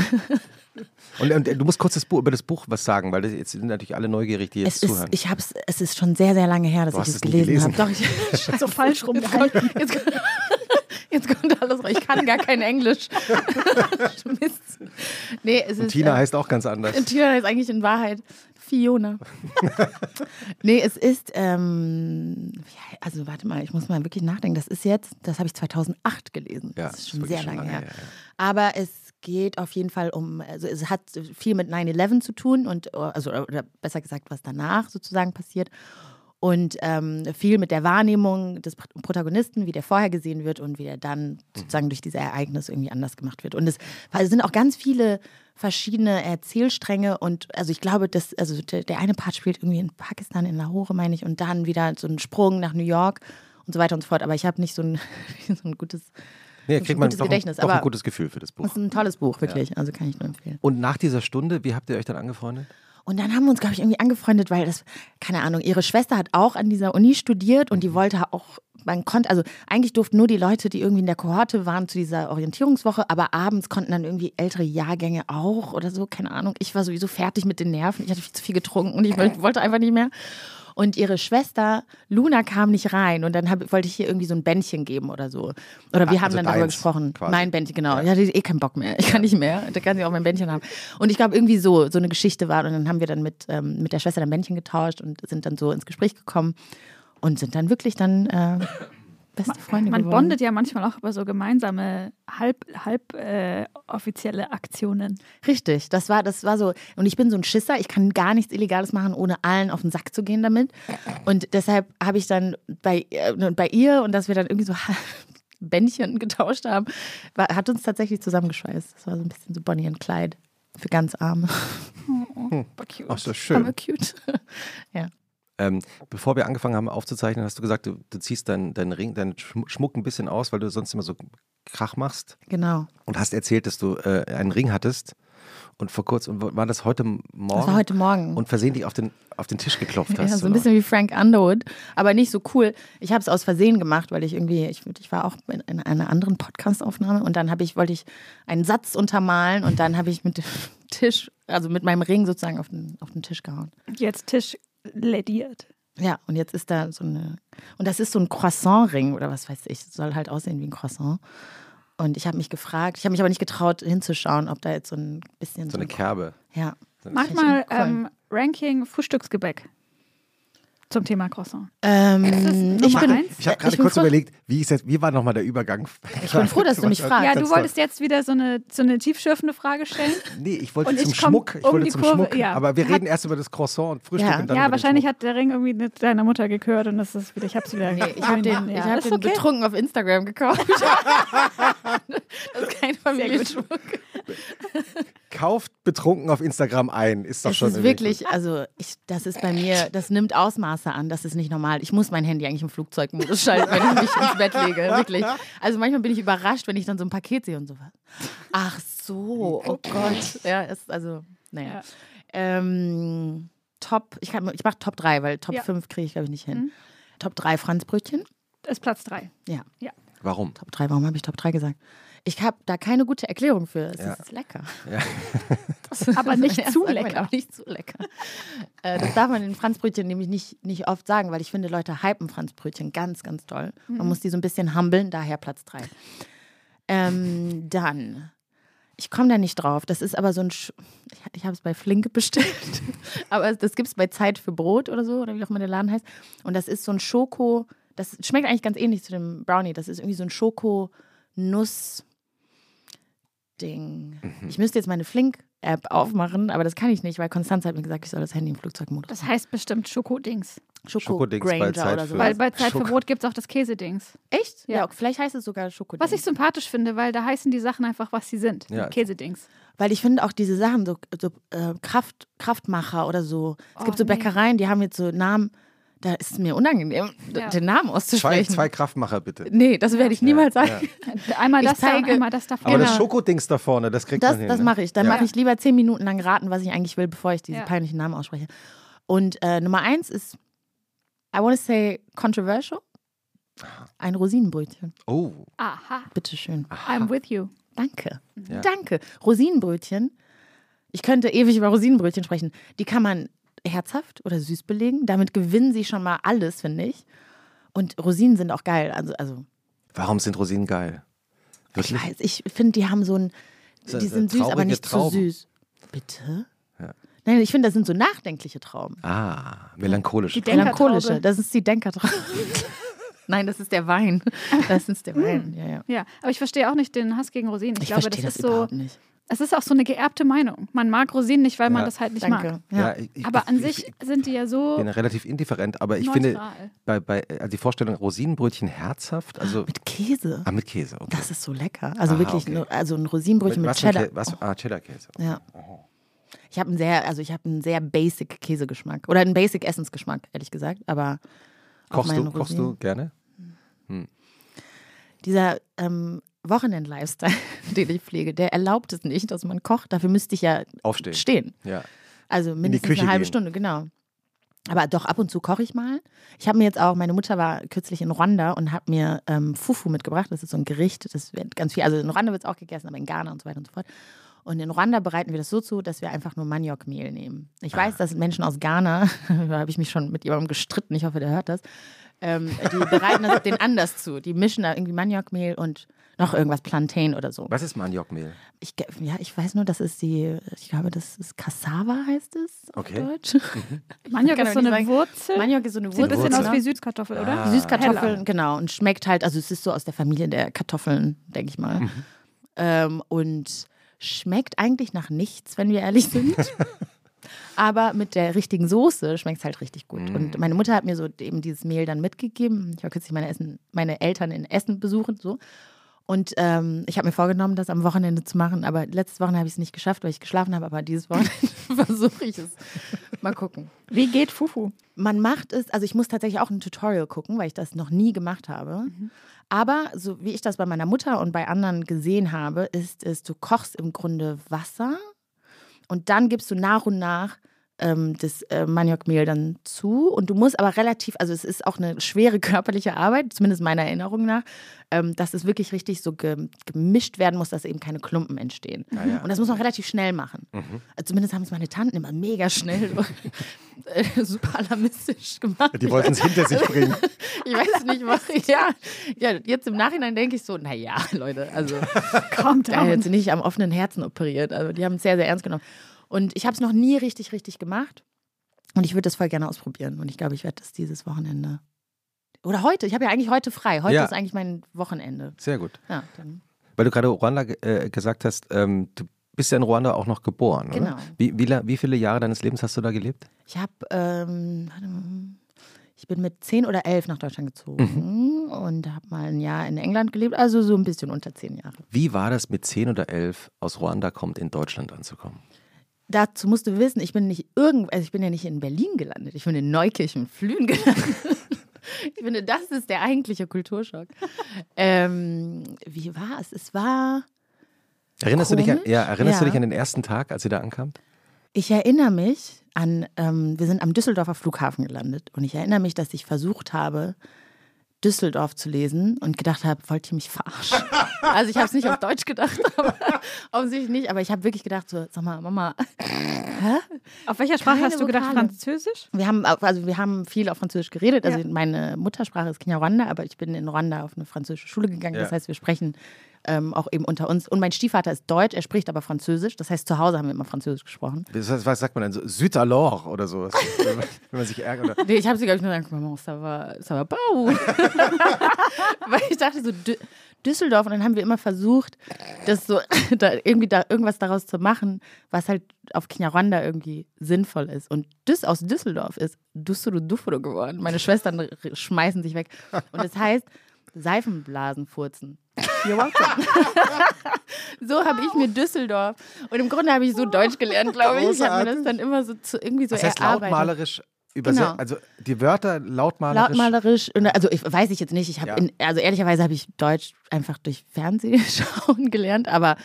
A: Und, und du musst kurz das Buch, über das Buch was sagen, weil das, jetzt sind natürlich alle neugierig, die jetzt
C: Es ist,
A: zuhören.
C: ich hab's, es ist schon sehr, sehr lange her, dass
A: Du hast
C: ich es
A: es nie
C: gelesen,
A: gelesen.
C: habe. Doch, ich,
B: So falsch
C: Jetzt kommt,
B: rumgehalten.
C: jetzt, kommt- jetzt kommt alles raus. Ich kann gar kein Englisch. Mist. Nee, es ist,
A: Tina
C: äh,
A: heißt auch ganz anders.
C: Und Tina ist eigentlich in Wahrheit Fiona. nee, es ist, ähm, ja, also warte mal, ich muss mal wirklich nachdenken. Das ist jetzt, das habe ich 2008 gelesen.
A: Ja,
C: das ist schon
A: wirklich
C: sehr
A: schon
C: lange her.
A: lange her, ja.
C: Aber es geht auf jeden Fall um, also es hat viel mit 9-11 zu tun und, also, oder besser gesagt, was danach sozusagen passiert. Und ähm, viel mit der Wahrnehmung des Pr- Protagonisten, wie der vorher gesehen wird und wie er dann sozusagen durch diese Ereignisse irgendwie anders gemacht wird. Und es also es sind auch ganz viele verschiedene Erzählstränge und also ich glaube, dass, also der, der eine Part spielt irgendwie in Pakistan, in Lahore, meine ich, und dann wieder so ein Sprung nach New York und so weiter und so fort. Aber ich habe nicht so ein, so ein gutes,
A: nee,
C: ein
A: kriegt man
C: gutes
A: doch, ein-
C: Gedächtnis,
A: doch
C: aber-
A: ein gutes Gefühl für das
C: das
A: Buch.
C: ist ein tolles Buch, wirklich. Also kann ich nur empfehlen.
A: Und nach dieser Stunde, wie habt ihr euch dann angefreundet?
C: Und dann haben wir uns, glaube ich, irgendwie angefreundet, weil das, keine Ahnung, ihre Schwester hat auch an dieser Uni studiert
A: Mhm.
C: und die wollte auch, man konnte, also eigentlich durften nur die Leute, die irgendwie in der Kohorte waren, zu dieser Orientierungswoche, aber abends konnten dann irgendwie ältere Jahrgänge auch oder so, keine Ahnung. Ich war sowieso fertig mit den Nerven, ich hatte viel zu viel getrunken und ich woll- wollte einfach nicht mehr. Und ihre Schwester Luna kam nicht rein und dann hab, wollte ich ihr irgendwie so ein Bändchen geben oder so. Oder
A: Ah,
C: wir haben
A: also
C: dann darüber
A: deins
C: gesprochen.
A: quasi.
C: Mein Bändchen, genau. Ich hatte eh keinen Bock mehr. Ich kann nicht mehr. Da kann sie auch mein Bändchen haben. Und ich glaube, irgendwie so, so eine Geschichte war. Und dann haben wir dann mit, ähm, mit der Schwester dann Bändchen getauscht und sind dann so ins Gespräch gekommen und sind dann wirklich dann äh, beste Freunde
B: Man
C: geworden.
B: bondet ja manchmal auch über so gemeinsame, halb, halb äh, offizielle Aktionen.
C: Richtig, das war, das war so. Und ich bin so ein Schisser, ich kann gar nichts Illegales machen, ohne allen auf den Sack zu gehen damit. Und deshalb habe ich dann bei, äh, bei ihr und dass wir dann irgendwie so Bändchen getauscht haben, war, hat uns tatsächlich zusammengeschweißt. Das war so ein bisschen so Bonnie und Clyde für ganz Arme.
B: Cute.
A: Ach, ist das
C: Aber
A: schön.
C: cute.
A: Ähm, bevor wir angefangen haben aufzuzeichnen, hast du gesagt, du, du ziehst deinen deinen Ring, deinen Schm- Schmuck ein bisschen aus, weil du sonst immer so Krach machst.
C: Genau.
A: und hast erzählt, dass du äh, einen Ring hattest und vor kurzem, und war das heute Morgen?
C: Das war heute Morgen.
A: Und versehentlich auf den, auf den Tisch geklopft hast.
C: ja, so ein
A: oder?
C: bisschen wie Frank Underwood, aber nicht so cool. Ich habe es aus Versehen gemacht, weil ich irgendwie, ich, ich war auch in, in einer anderen Podcast-Aufnahme und dann habe ich, wollte ich einen Satz untermalen und dann habe ich mit dem Tisch, also mit meinem Ring sozusagen auf den, auf den Tisch gehauen.
B: Jetzt Tisch lädiert.
C: Ja, und jetzt ist da so eine. Und das ist so ein Croissant-Ring oder was weiß ich. Soll halt aussehen wie ein Croissant. Und ich habe mich gefragt, ich habe mich aber nicht getraut hinzuschauen, ob da jetzt so ein bisschen.
A: So eine Kerbe.
C: Ja.
B: Manchmal
C: Finde ich cool.
B: ähm, Ranking Frühstücksgebäck zum Thema Croissant.
C: Ähm,
B: Nummer
C: ich bin,
B: eins?
A: Ich habe gerade
C: bin
A: kurz
C: froh-
A: überlegt, wie, ist jetzt, wie war nochmal der Übergang?
C: Ich bin froh, dass du mich fragst.
B: Ja,
A: Ganz
B: du
A: toll.
B: wolltest jetzt wieder so eine, so eine tiefschürfende Frage stellen.
A: Nee, ich wollte
B: Und
A: zum
B: ich komm
A: Schmuck. Ich
B: um
A: wollte
B: die
A: zum
B: Kurve,
A: Schmuck.
B: ja.
A: Aber wir
B: Hat-
A: reden erst über das Croissant und Frühstück
C: Ja.
A: und dann über
B: ja,
A: den
B: wahrscheinlich
A: Schmuck.
B: hat der Ring irgendwie mit deiner Mutter gekürt und das ist wieder, ich hab's wieder.
C: Nee, ich habe den, ich
B: ja,
C: hab
B: ist
C: den
B: okay.
C: betrunken auf Instagram gekauft. das ist kein Familienschmuck.
A: Kauft betrunken auf Instagram ein. Ist doch
C: Das
A: schon
C: ist
A: irgendwie
C: wirklich, also ich, das ist bei mir, das nimmt Ausmaße an, das ist nicht normal. Ich muss mein Handy eigentlich im Flugzeugmodus schalten, wenn ich mich ins Bett lege, wirklich. Also manchmal bin ich überrascht, wenn ich dann so ein Paket sehe und sowas. Ach so, oh Gott. Ja, ist also, naja.
B: Ja.
C: Ähm, Top, ich, kann- ich mache Top 3, weil Top
B: Ja.
C: 5 kriege ich, glaube ich, nicht hin. Top 3 Franzbrötchen.
B: Das ist Platz drei.
C: Ja,
A: Gut. Warum?
C: Top 3, warum habe ich Top 3 gesagt? Ich habe da keine gute Erklärung für. Es
A: Ja.
C: ist lecker.
A: Ja.
B: Aber nicht
C: Ja,
B: zu
C: sagt man
B: lecker.
C: Auch nicht zu lecker. äh, das darf man den Franzbrötchen nämlich nicht, nicht oft sagen, weil ich finde, Leute hypen Franzbrötchen ganz, ganz toll. Man
B: Mhm.
C: muss die so ein bisschen humbeln, daher Platz 3. Ähm, dann. Ich komme da nicht drauf. Das ist aber so ein. Sch ich ich habe es bei Flink bestellt. aber das gibt es bei Zeit für Brot oder so, oder wie auch immer der Laden heißt. Und das ist so ein Schoko. Das schmeckt eigentlich ganz ähnlich zu dem Brownie. Das ist irgendwie so ein Schoko-Nuss-Ding.
A: Mhm.
C: Ich müsste jetzt meine Flink-App aufmachen, aber das kann ich nicht, weil Konstanze hat mir gesagt, ich soll das Handy im Flugzeugmodus.
B: Das heißt bestimmt Schokodings.
A: Schokodings bei Zeit für-
C: so.
B: Weil bei Zeit für
A: Schoko-
B: Brot gibt's auch das Käsedings.
C: Echt? Ja.
B: Ja.
C: vielleicht heißt es sogar Schokodings.
B: Was ich sympathisch finde, weil da heißen die Sachen einfach, was sie sind.
A: Ja.
B: Käsedings.
C: Weil ich finde auch diese Sachen, so, so äh, Kraft, Kraftmacher oder so. Es
B: Oh,
C: gibt so
B: nee.
C: Bäckereien, die haben jetzt so Namen, da ist es mir unangenehm, d-
B: Ja.
C: den Namen
A: Zwei,
C: auszusprechen.
A: zwei Kraftmacher bitte.
C: Nee, das werde ich niemals
A: Ja,
C: sagen.
B: Einmal
C: Ich
B: das da und
C: zeige-
B: einmal das da
A: Aber
B: vorne.
A: das
C: Genau.
A: Schokodings da vorne, das kriegt
C: Das,
A: man hin.
C: das
A: ne?
C: mache ich. Dann
A: Ja.
C: mache ich lieber zehn Minuten lang raten, was ich eigentlich will, bevor ich diese
B: Ja.
C: peinlichen Namen ausspreche. Und äh, Nummer eins ist, I want to say controversial, ein Rosinenbrötchen.
A: Oh,
B: Aha,
C: Bitteschön.
B: I'm with you.
C: Danke.
A: Ja.
C: Danke. Rosinenbrötchen. Ich könnte ewig über Rosinenbrötchen sprechen. Die kann man herzhaft oder süß belegen. Damit gewinnen sie schon mal alles, finde ich. Und Rosinen sind auch geil. Also, also
A: warum sind Rosinen geil?
C: ich
A: Wirklich?
C: weiß, ich finde, die haben so ein.
A: So-
C: Die
A: so
C: sind süß, aber
A: traurige
C: nicht
A: Trauben.
C: zu süß. Bitte?
A: Ja.
C: Nein, ich finde, das sind so nachdenkliche Trauben.
A: Ah, melancholisch.
B: Die Denkertraube.
C: Melancholische. Das ist die Denkertraube. Nein, das ist der Wein. Das ist der Wein. Ja, ja.
B: Ja, aber ich verstehe auch nicht den Hass gegen Rosinen. Ich,
C: Ich
B: glaube,
C: verstehe das,
B: ist so,
C: überhaupt nicht.
B: es ist auch so eine geerbte Meinung. Man mag Rosinen nicht, weil man
A: Ja.
B: das halt nicht mag.
C: Danke. Ja.
A: ich, ich-
B: Aber an
A: ich-
B: sich
A: Ich
B: sind die ja so
A: bin relativ indifferent, aber ich finde,
B: neutral.
A: bei, bei, also die Vorstellung Rosinenbrötchen herzhaft, also
C: Mit Käse.
A: ah, mit Käse. Okay.
C: Das ist so lecker. Also
A: Aha,
C: wirklich,
A: okay.
C: nur, also ein Rosinenbrötchen mit,
A: was für ein
C: Cheddar.
A: Kä- was, Ah, Cheddar-Käse.
C: Oh, ja. Ich habe einen sehr, also ich habe einen sehr basic Käsegeschmack oder einen basic Essensgeschmack, ehrlich gesagt. Aber auf
A: Kochst
C: meinen
A: du, kochst
C: Rosinen-
A: du gerne?
C: Dieser ähm, Wochenend-Lifestyle, den ich pflege, der erlaubt es nicht, dass man kocht. Dafür müsste ich ja
A: Aufstehen.
C: stehen.
A: Ja.
C: Also mindestens
A: Küche
C: eine halbe
A: gehen.
C: Stunde, genau. Aber doch ab und zu koche ich mal. Ich habe mir jetzt auch, meine Mutter war kürzlich in Ruanda und hat mir ähm, Fufu mitgebracht. Das ist so ein Gericht, das wird ganz viel. Also in Ruanda wird es auch gegessen, aber in Ghana und so weiter und so fort. Und in Ruanda bereiten wir das so zu, dass wir einfach nur Maniokmehl nehmen. Ich
A: Ah.
C: weiß, dass Menschen aus Ghana, da habe ich mich schon mit jemandem gestritten, ich hoffe, der hört das, ähm, die bereiten das den anders zu. Die mischen da irgendwie Maniokmehl und noch irgendwas, Plantain oder so.
A: Was ist Maniokmehl?
C: Ich, ge- ja, ich weiß nur, das ist die, ich glaube, das ist Cassava heißt es auf
A: Okay.
C: Deutsch.
B: Maniok
C: kann
B: ist so
C: aber nicht
B: eine
C: sagen-
B: Wurzel.
C: Maniok ist so eine
B: Sieht ein
C: Wurzel.
B: bisschen aus
C: ne?
B: wie Süßkartoffel, oder?
A: Ah.
C: Süßkartoffeln,
B: Heller.
C: genau. Und schmeckt halt, also es ist so aus der Familie der Kartoffeln, denke ich mal. Ähm, und schmeckt eigentlich nach nichts, wenn wir ehrlich sind. Aber mit der richtigen Soße schmeckt es halt richtig gut. Und meine Mutter hat mir so eben dieses Mehl dann mitgegeben. Ich war kürzlich meine, Essen, meine Eltern in Essen besuchen, so. Und ähm, ich habe mir vorgenommen, das am Wochenende zu machen, aber letztes Wochenende habe ich es nicht geschafft, weil ich geschlafen habe, aber dieses Wochenende versuche ich es. Mal gucken.
B: Wie geht Fufu?
C: Man macht es, also ich muss tatsächlich auch ein Tutorial gucken, weil ich das noch nie gemacht habe.
A: Mhm.
C: Aber so wie ich das bei meiner Mutter und bei anderen gesehen habe, ist es, du kochst im Grunde Wasser und dann gibst du nach und nach ähm, das äh, Maniokmehl dann zu. Und du musst aber relativ, also es ist auch eine schwere körperliche Arbeit, zumindest meiner Erinnerung nach, ähm, dass es wirklich richtig so ge gemischt werden muss, dass eben keine Klumpen entstehen.
A: Ja, ja.
C: Und das muss man relativ schnell machen.
A: Mhm.
C: Also Zumindest haben es meine Tanten immer mega schnell, äh, super alarmistisch gemacht.
A: Die wollten es hinter sich bringen.
C: Ich weiß nicht, was ich. Ja, ja jetzt im Nachhinein denke ich so, naja, Leute, also
B: Kommt
C: da
B: an.
C: jetzt nicht am offenen Herzen operiert. Also die haben es sehr, sehr ernst genommen. Und ich habe es noch nie richtig, richtig gemacht. Und ich würde das voll gerne ausprobieren. Und ich glaube, ich werde das dieses Wochenende. Oder heute. Ich habe ja eigentlich heute frei. Heute
A: Ja.
C: ist eigentlich mein Wochenende.
A: Sehr gut.
C: Ja, dann.
A: Weil du gerade Ruanda äh, gesagt hast, ähm, du bist ja in Ruanda auch noch geboren,
C: Genau.
A: oder? Wie, wie, la- wie viele Jahre deines Lebens hast du da gelebt?
C: Ich habe, ähm, warte mal, ich bin mit zehn oder elf nach Deutschland gezogen und habe mal ein Jahr in England gelebt, also so ein bisschen unter zehn Jahre.
A: Wie war das mit 10 oder 11 aus Ruanda kommt, in Deutschland anzukommen?
C: Dazu musst du wissen, ich bin nicht irgend, also ich bin ja nicht in Berlin gelandet, ich bin in Neukirchen-Flühen gelandet. ich finde, das ist der eigentliche Kulturschock. ähm, wie war es? Es war
A: Erinnerst, du dich, an,
C: Komisch.
A: ja, erinnerst du
C: Ja.
A: dich an den ersten Tag, als ihr da ankamt?
C: Ich erinnere mich an, ähm, wir sind am Düsseldorfer Flughafen gelandet und ich erinnere mich, dass ich versucht habe, Düsseldorf zu lesen und gedacht habe, wollt ihr mich verarschen? Also ich habe es nicht auf Deutsch gedacht, aber offensichtlich nicht, aber ich habe wirklich gedacht, so, sag mal, Mama,
B: Auf welcher Sprache
C: Keine
B: hast du gedacht?
C: Vokale.
B: Französisch?
C: wir haben, auf- also wir haben viel auf Französisch geredet, also
B: Ja.
C: meine Muttersprache ist Kinyarwanda, aber ich bin in Ruanda auf eine französische Schule gegangen,
A: Ja.
C: das heißt, wir sprechen ähm, auch eben unter uns und mein Stiefvater ist Deutsch, er spricht aber Französisch, das heißt, zu Hause haben wir immer Französisch gesprochen.
A: Was, was sagt man denn so? Süd alors oder sowas, wenn man- wenn man sich ärgert. Oder,
C: Nee, ich habe sie, glaube ich, nur gesagt, Maman, ça va, ça va pas. ou? Weil ich dachte so, Dü Düsseldorf. Und dann haben wir immer versucht, das so, da irgendwie da irgendwas daraus zu machen, was halt auf Kinyarwanda irgendwie sinnvoll ist. Und Düs aus Düsseldorf ist Dussuru Duffuru geworden. Meine Schwestern r- schmeißen sich weg. Und das heißt Seifenblasen furzen. You're welcome. so habe ich mir Düsseldorf. Und im Grunde habe ich so Deutsch gelernt, glaube ich. Ich habe mir das
A: Großartig.
C: dann immer so zu, irgendwie so
A: das heißt
C: erarbeitet.
A: lautmalerisch übersetzt,
C: Genau.
A: also die Wörter lautmalerisch.
C: Lautmalerisch, und also ich weiß ich jetzt nicht, ich habe
A: Ja.
C: in- also ehrlicherweise habe ich Deutsch einfach durch Fernsehschauen gelernt, aber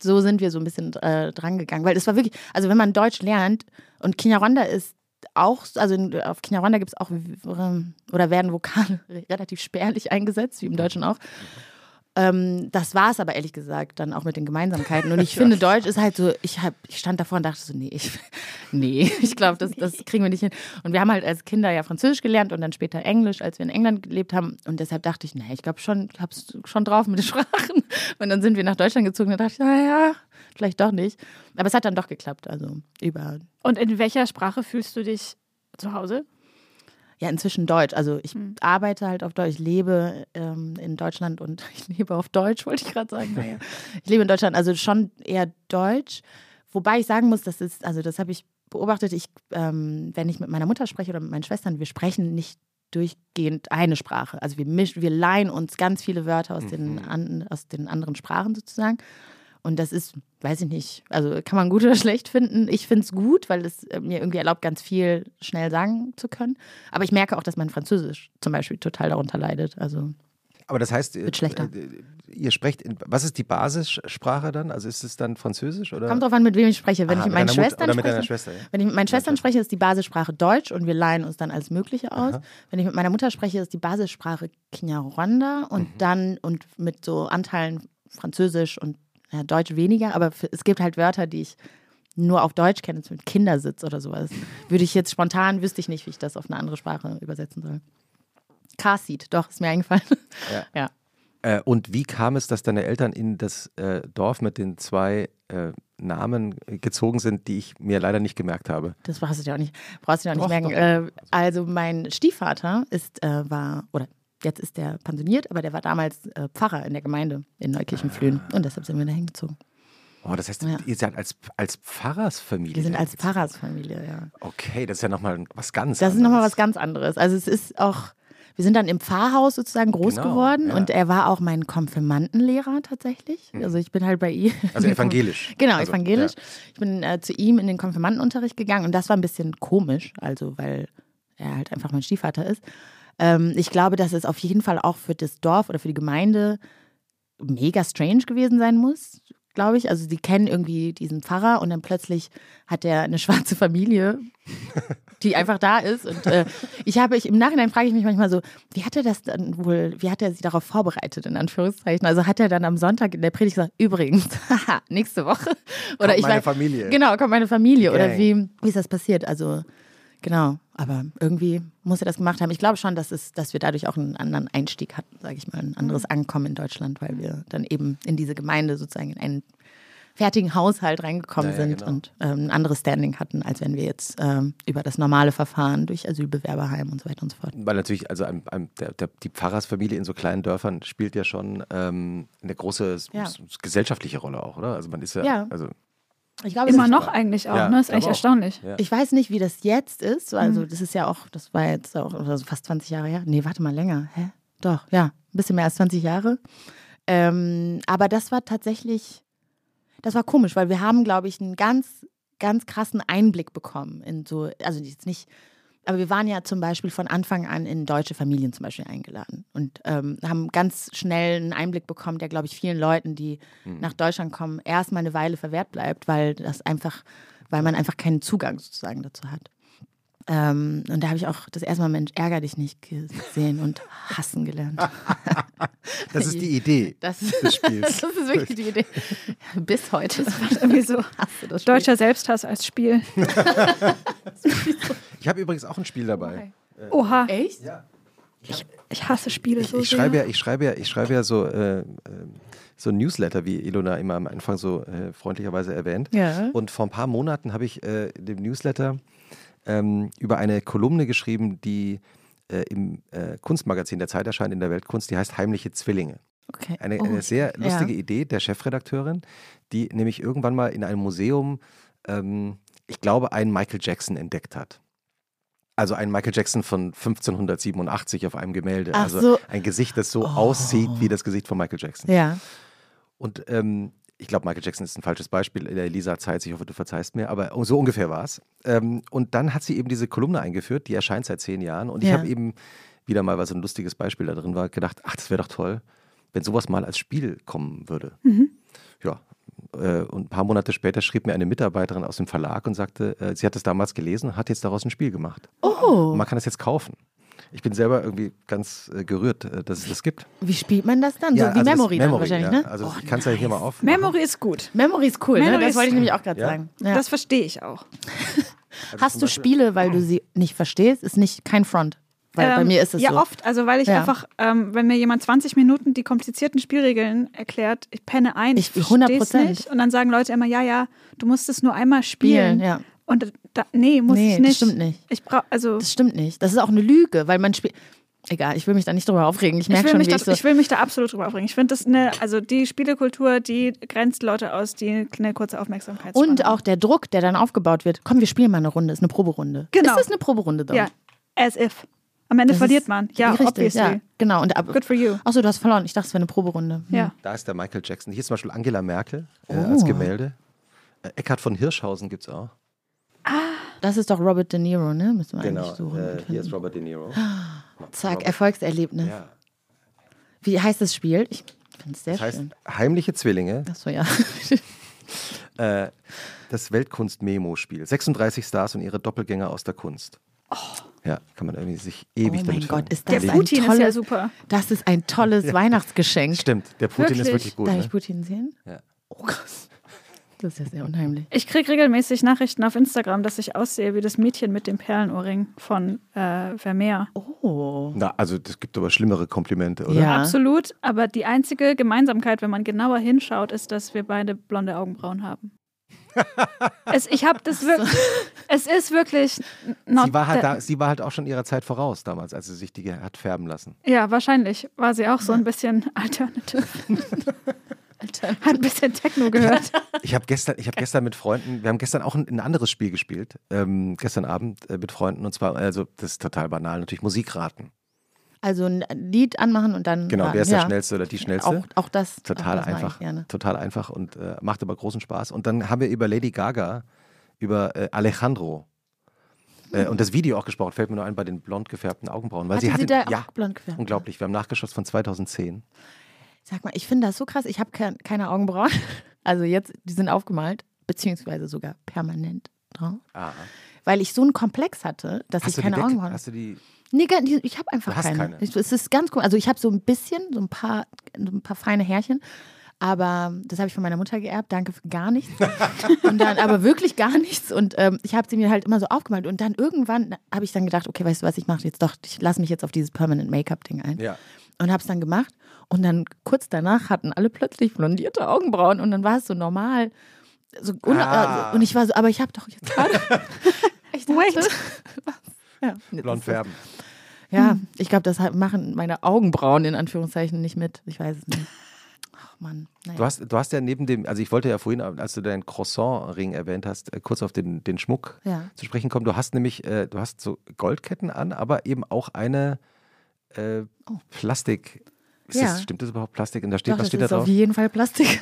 C: so sind wir so ein bisschen äh, dran gegangen, weil es war wirklich, also wenn man Deutsch lernt und Kinyarwanda ist auch, also in, auf Kinyarwanda gibt es auch ähm, oder werden Vokale relativ spärlich eingesetzt, wie im Deutschen auch. Ähm, das war es aber ehrlich gesagt dann auch mit den Gemeinsamkeiten. Und ich finde, Deutsch ist halt so, ich, hab, ich stand davor und dachte so, nee, ich, nee, ich glaube, das, das kriegen wir nicht hin. Und wir haben halt als Kinder ja Französisch gelernt und dann später Englisch, als wir in England gelebt haben. Und deshalb dachte ich, nee, ich glaube schon, ich hab's schon drauf mit den Sprachen. Und dann sind wir nach Deutschland gezogen und dachte ich, naja, vielleicht doch nicht. Aber es hat dann doch geklappt, also über,
B: Und in welcher Sprache fühlst du dich zu Hause?
C: ja, inzwischen Deutsch. Also ich arbeite halt auf Deutsch, ich lebe ähm, in Deutschland und ich lebe auf Deutsch, wollte ich gerade sagen. Naja. Ich lebe in Deutschland, also schon eher Deutsch. Wobei ich sagen muss, das ist, also das habe ich beobachtet, ich, ähm, wenn ich mit meiner Mutter spreche oder mit meinen Schwestern, wir sprechen nicht durchgehend eine Sprache. Also wir mischen, wir leihen uns ganz viele Wörter aus, den, an, aus den anderen Sprachen sozusagen. Und das ist, weiß ich nicht, also kann man gut oder schlecht finden. Ich finde es gut, weil es äh, mir irgendwie erlaubt, ganz viel schnell sagen zu können. Aber ich merke auch, dass mein Französisch zum Beispiel total darunter leidet. Also
A: Aber das heißt, äh,
C: Wird schlechter.
A: äh, ihr sprecht, in, was ist die Basissprache dann? Also ist es dann Französisch? Oder?
C: kommt drauf an, mit wem ich spreche. Wenn
A: Aha,
C: ich mit meinen
A: deiner Mut-
C: Schwestern
A: oder mit deiner
C: spreche.
A: Schwester, ja?
C: Wenn ich mit meinen Schwestern spreche, ist die Basissprache Deutsch und wir leihen uns dann alles Mögliche aus. Wenn ich mit meiner Mutter spreche, ist die Basissprache Kinyarwanda
A: Mhm.
C: und dann und mit so Anteilen Französisch und ja, Deutsch weniger. Aber f- es gibt halt Wörter, die ich nur auf Deutsch kenne, zum Beispiel Kindersitz oder sowas. Würde ich jetzt spontan, wüsste ich nicht, wie ich das auf eine andere Sprache übersetzen soll. Carseat, doch, ist mir eingefallen.
A: Ja.
C: ja.
A: Äh, und wie kam es, dass deine Eltern in das äh, Dorf mit den zwei äh, Namen gezogen sind, die ich mir leider nicht gemerkt habe?
C: Das brauchst du dir auch nicht, brauchst du dir
A: Doch,
C: auch nicht merken. Äh, also mein Stiefvater ist, äh, war, oder jetzt ist der pensioniert, aber der war damals äh, Pfarrer in der Gemeinde in Neukirchenflühen.
A: Ah.
C: Und deshalb sind wir da hingezogen.
A: Oh, das heißt,
C: Ja.
A: ihr seid als, als Pfarrersfamilie.
C: Wir sind als
A: dahingezogen.
C: Pfarrersfamilie, ja.
A: Okay, das ist ja nochmal was ganz
C: Das ist
A: anderes.
C: nochmal was ganz anderes. Also es ist auch, wir sind dann im Pfarrhaus sozusagen groß
A: Genau,
C: geworden
A: ja. Hm.
C: und er war auch mein Konfirmandenlehrer tatsächlich. Also ich bin halt bei ihm.
A: Also evangelisch.
C: Genau,
A: also,
C: evangelisch.
A: Ja.
C: Ich bin äh, zu ihm in den Konfirmandenunterricht gegangen und das war ein bisschen komisch, also weil er halt einfach mein Stiefvater ist. Ähm, ich glaube, dass es auf jeden Fall auch für das Dorf oder für die Gemeinde mega strange gewesen sein muss, glaube ich. Also die kennen irgendwie diesen Pfarrer und dann plötzlich hat er eine schwarze Familie, die einfach da ist. Und äh, ich habe, ich, im Nachhinein frage ich mich manchmal so, wie hat er das dann wohl, wie hat er sie darauf vorbereitet, in Anführungszeichen? Also hat er dann am Sonntag in der Predigt gesagt, übrigens, haha, nächste Woche. Oder
A: Kommt
C: ich
A: meine
C: weiß-
A: Familie.
C: Genau, kommt meine Familie.
A: Die
C: Oder
A: Gang.
C: wie, wie ist das passiert? Also genau, aber irgendwie muss er das gemacht haben. Ich glaube schon, dass, es, dass wir dadurch auch einen anderen Einstieg hatten, sage ich mal, ein anderes
A: Mhm.
C: Ankommen in Deutschland, weil wir dann eben in diese Gemeinde sozusagen in einen fertigen Haushalt reingekommen
A: Ja, ja,
C: sind
A: genau.
C: und ähm, ein anderes Standing hatten, als wenn wir jetzt ähm, über das normale Verfahren durch Asylbewerberheim und so weiter und so fort.
A: Weil natürlich, also ein, ein, der, der, die Pfarrersfamilie in so kleinen Dörfern spielt ja schon ähm, eine große s-
C: Ja.
A: s- gesellschaftliche Rolle auch, oder? Also man ist ja,
C: Ja.
A: also
C: Also Ich glaube,
B: Immer
C: es-
B: noch eigentlich auch,
A: Ja,
B: ne? Ist
A: glaube
B: echt
A: auch.
B: erstaunlich.
A: Ja.
C: Ich weiß nicht, wie das jetzt ist. Also, das ist ja auch, das war jetzt auch also fast 20 Jahre her. Nee, warte mal länger. Hä? Doch, ja, ein bisschen mehr als 20 Jahre. Ähm, aber das war tatsächlich, das war komisch, weil wir haben, glaube ich, einen ganz, ganz krassen Einblick bekommen in so, also jetzt nicht, aber wir waren ja zum Beispiel von Anfang an in deutsche Familien zum Beispiel eingeladen und ähm, haben ganz schnell einen Einblick bekommen, der, glaube ich, vielen Leuten, die
A: Hm.
C: nach Deutschland kommen, erstmal eine Weile verwehrt bleibt, weil das einfach, weil man einfach keinen Zugang sozusagen dazu hat. Ähm, und da habe ich auch das erste Mal, Mensch, ärger dich nicht gesehen und hassen gelernt.
A: das ist die Idee.
C: Das,
A: Des Spiels.
C: das ist wirklich die Idee. Bis heute.
B: Irgendwie so.
C: Hast du das Spiel.
B: Deutscher Selbsthass als Spiel.
A: Ich habe übrigens auch ein Spiel dabei.
C: Äh,
B: Oha,
C: Echt?
B: ich hasse Spiele
A: Ich,
B: so
A: ich
B: sehr.
A: schreibe ja, ich schreibe ja, ich schreibe ja so, äh, äh, so Newsletter, wie Ilona immer am Anfang so äh, freundlicherweise erwähnt.
C: Ja.
A: Und vor ein paar Monaten habe ich äh, in dem Newsletter ähm, über eine Kolumne geschrieben, die äh, im äh, Kunstmagazin der Zeit erscheint in der Weltkunst, die heißt Heimliche Zwillinge.
C: Okay.
A: Eine,
C: Oh,
A: eine sehr
C: ja.
A: lustige Idee der Chefredakteurin, die nämlich irgendwann mal in einem Museum, ähm, ich glaube, einen Michael Jackson entdeckt hat. Also einen Michael Jackson von 1587 auf einem Gemälde.
C: Ach
A: also
C: so. Oh.
A: ein Gesicht, das so aussieht wie das Gesicht von Michael Jackson.
C: Ja.
A: Und ähm, ich glaube, Michael Jackson ist ein falsches Beispiel Äh, in der Elisa-Zeit. Ich hoffe, du verzeihst mir, aber oh, so ungefähr war es. Ähm, und dann hat sie eben diese Kolumne eingeführt, die erscheint seit zehn Jahren. Und ich
C: Ja.
A: habe eben wieder mal, weil so ein lustiges Beispiel da drin war, gedacht, ach, das wäre doch toll, wenn sowas mal als Spiel kommen würde.
C: Mhm.
A: Ja. äh, Und ein paar Monate später schrieb mir eine Mitarbeiterin aus dem Verlag und sagte, äh, sie hat das damals gelesen, hat jetzt daraus ein Spiel gemacht. Und
C: Oh,
A: man kann es jetzt kaufen. Ich bin selber irgendwie ganz äh, gerührt, äh, dass es das gibt.
C: wie spielt man das dann? so wie
A: also das-
C: Memory, dann
A: ja.
C: wahrscheinlich, ne?
A: Also
C: oh,
A: ich kann es ja hier mal auf.
B: Memory ist gut.
C: Memory ist cool,
B: Memory
C: ne? Das
B: ist-
C: wollte ich nämlich auch gerade
A: Ja.
C: sagen. Ja.
B: Das verstehe ich auch.
A: zum
C: Hast du
A: Beispiel-
C: Spiele, weil du sie nicht verstehst? Ist nicht kein Front. Weil bei
B: Ähm,
C: mir ist es
B: ja,
C: so.
B: Ja, oft. Also, weil ich
C: Ja.
B: einfach, ähm, wenn mir jemand 20 Minuten die komplizierten Spielregeln erklärt, ich penne ein.
C: Ich-
B: versteh's
C: 100%.
B: nicht. Und dann sagen Leute immer, ja, ja, du musst es nur einmal spielen.
C: Spielen, ja.
B: Und da, nee, muss
C: Nee,
B: ich
C: das
B: nicht.
C: stimmt nicht.
B: Ich brauche, also,
C: Das stimmt nicht. Das ist auch eine Lüge, weil man spielt. Egal, ich will mich da nicht drüber aufregen. Ich
B: ich
C: merke
B: will,
C: schon,
B: mich
C: wie
B: da,
C: ich so.
B: ich will mich da absolut drüber aufregen. Ich finde das eine, also die Spielekultur, die grenzt Leute aus, die eine kurze Aufmerksamkeit
C: und auch der Druck, der dann aufgebaut wird. Komm, wir spielen mal eine Runde. Ist eine Proberunde.
B: Genau.
C: Ist das eine Proberunde dann?
B: Ja, as if. Am Ende
C: Das
B: verliert
C: ist
B: man. Ja,
C: richtig,
B: obviously.
C: Ja, genau. Und ab,
B: Good for you.
C: Achso, du hast verloren. Ich dachte, es wäre eine Proberunde. Hm.
B: Ja.
A: Da ist der Michael Jackson. Hier ist zum Beispiel Angela Merkel äh,
C: Oh.
A: als Gemälde. Äh, Eckhard von Hirschhausen gibt es auch.
C: Das ist doch Robert De Niro, ne? Müssen wir eigentlich suchen.
A: äh, hier ist Robert De Niro.
C: Ah, Zack, Erfolgserlebnis.
A: Ja.
C: Wie heißt das Spiel? Ich finde es sehr
A: Das heißt,
C: schön.
A: heimliche Zwillinge, äh,
C: Achso, ja.
A: das Weltkunst-Memo-Spiel. 36 Stars und ihre Doppelgänger aus der Kunst. Ja, kann man irgendwie sich ewig
C: oh
A: damit
C: mein Gott,
A: finden.
C: ist
B: Der
C: das ein
B: Putin ist ja
C: tolles,
B: super.
C: Das ist ein tolles Weihnachtsgeschenk.
A: Stimmt, der Putin ist
B: Wirklich?
A: wirklich gut.
C: Darf
A: Ne?
C: ich Putin sehen?
A: Ja.
C: Oh krass. Das ist ja sehr unheimlich.
B: Ich kriege regelmäßig Nachrichten auf Instagram, dass ich aussehe wie das Mädchen mit dem Perlenohrring von äh, Vermeer.
C: Oh.
A: Na, also es gibt aber schlimmere Komplimente, oder?
C: Ja.
B: Absolut, aber die einzige Gemeinsamkeit, wenn man genauer hinschaut, ist, dass wir beide blonde Augenbrauen haben. es, ich habe das wirklich. Es ist wirklich. n- Not
A: Sie war, halt
B: that-
A: da, sie war halt auch schon ihrer Zeit voraus damals, als sie sich die hat färben lassen.
B: Ja, wahrscheinlich war sie auch so ein bisschen alternative. Hat ein bisschen Techno gehört.
A: Ich habe gestern, ich hab gestern mit Freunden, wir haben gestern auch ein, ein anderes Spiel gespielt, ähm, gestern Abend äh, mit Freunden und zwar, also das ist total banal, natürlich Musikraten.
C: Also ein Lied anmachen und dann.
A: Genau,
C: warten.
A: wer ist
C: Ah, ja.
A: der Schnellste oder die Schnellste?
C: Auch, auch das.
A: total
C: auch das mag ich
A: einfach,
C: Gerne.
A: total einfach und äh, macht aber großen Spaß. Und dann haben wir über Lady Gaga, über äh, Alejandro äh, und das Video auch gesprochen, fällt mir nur ein bei den blond gefärbten Augenbrauen, weil
C: Hm. Hatte
A: sie
C: sie
A: hatte,
C: da auch
A: ja,
C: blond gefärbt?
A: unglaublich, wir haben nachgeschossen von 2010.
C: Sag mal, ich finde das so krass. Ich habe kein, keine Augenbrauen. Also jetzt, die sind aufgemalt, beziehungsweise sogar permanent drauf.
A: Aha.
C: Weil ich so einen Komplex hatte, dass
A: Ah. Hast
C: ich
A: du die
C: keine
A: weg?
C: Augenbrauen
A: Hast du die?
C: Nee, gar nicht. ich habe einfach
A: Du hast
C: keine.
A: keine.
C: Ich, es ist ganz cool. Also ich habe so ein bisschen, so ein paar, so ein paar feine Härchen. Aber das habe ich von meiner Mutter geerbt. Danke für gar nichts. und dann aber wirklich gar nichts. Und ähm, ich habe sie mir halt immer so aufgemalt. Und dann irgendwann habe ich dann gedacht, okay, weißt du was, ich mache jetzt doch, ich lasse mich jetzt auf dieses Permanent Make-up-Ding ein.
A: Ja.
C: Und habe es dann gemacht. Und dann kurz danach hatten alle plötzlich blondierte Augenbrauen. Und dann war es so normal. So un
A: Ah.
C: also- Und ich war so, aber ich habe doch jetzt gerade. ich dachte,
B: Wait.
C: was? Ja, jetzt
A: Blond
C: ist das-
A: färben.
C: ja, ich glaube, das halt machen meine Augenbrauen in Anführungszeichen nicht mit. Ich weiß es nicht. Ach Mann. Naja.
A: Du hast, du hast ja neben dem, also ich wollte ja vorhin, als du deinen Croissant-Ring erwähnt hast, äh, kurz auf den, den Schmuck
C: Ja.
A: zu sprechen kommen. Du hast nämlich, äh, du hast so Goldketten an, aber eben auch eine äh, Plastik. Ist
C: Oh. Ja.
A: das, stimmt das überhaupt Plastik? Und da steht,
C: Doch,
A: was
C: das
A: steht da
C: ist auf
A: drauf?
C: jeden Fall Plastik.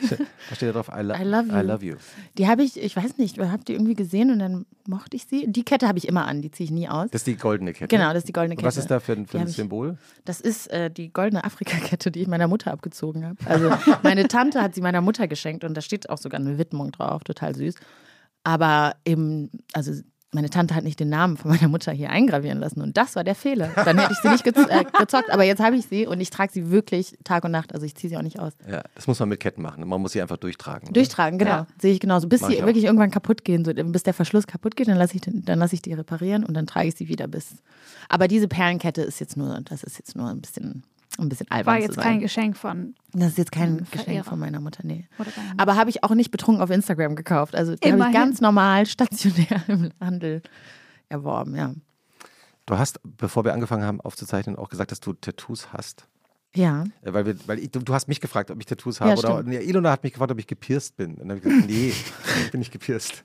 A: Da steht da drauf, I, lo
C: I love you.
A: I love you.
C: Die habe ich, ich weiß nicht, habt die irgendwie gesehen und dann mochte ich sie. Die Kette habe ich immer an, die ziehe ich nie aus.
A: Das ist die goldene Kette.
C: genau, das ist die goldene
A: Und
C: Kette.
A: was ist da für ein, für
C: Die
A: ein
C: hab ich-
A: Symbol?
C: Das ist äh, die goldene Afrika-Kette, die ich meiner Mutter abgezogen habe. Also meine Tante hat sie meiner Mutter geschenkt und da steht auch sogar eine Widmung drauf, total süß. Aber eben, also meine Tante hat nicht den Namen von meiner Mutter hier eingravieren lassen und das war der Fehler. Dann hätte ich sie nicht gez äh, gezockt, aber jetzt habe ich sie und ich trage sie wirklich Tag und Nacht. Also ich ziehe sie auch nicht aus.
A: Ja, das muss man mit Ketten machen. Man muss sie einfach durchtragen. ne? Durch
C: Durchtragen, genau.
B: Ja.
C: Sehe ich genauso. Bis
A: Mach
C: sie
A: ich auch.
C: wirklich irgendwann kaputt gehen, so, bis der Verschluss kaputt geht, dann lasse ich, den- dann lasse ich die reparieren und dann trage ich sie wieder bis. Aber diese Perlenkette ist jetzt nur, das ist jetzt nur ein bisschen, um ein bisschen albern.
B: War
C: zu
B: jetzt
C: sein.
B: kein Geschenk von.
C: Das ist jetzt kein Geschenk
B: Verehrer.
C: von meiner Mutter, nee.
B: Oder deinem-
C: Aber habe ich auch nicht betrunken auf Instagram gekauft. Also die habe ich
B: Immerhin.
C: ganz normal stationär im Handel erworben, ja.
A: Du hast, bevor wir angefangen haben aufzuzeichnen, auch gesagt, dass du Tattoos hast.
C: Ja.
A: Äh, Weil, wir, weil ich, du, du hast mich gefragt, ob ich Tattoos habe.
C: Ja,
A: oder,
C: stimmt.
A: nee, Ilona hat mich gefragt, ob ich gepierst bin. Und dann habe ich gesagt, nee, ich bin nicht gepierst.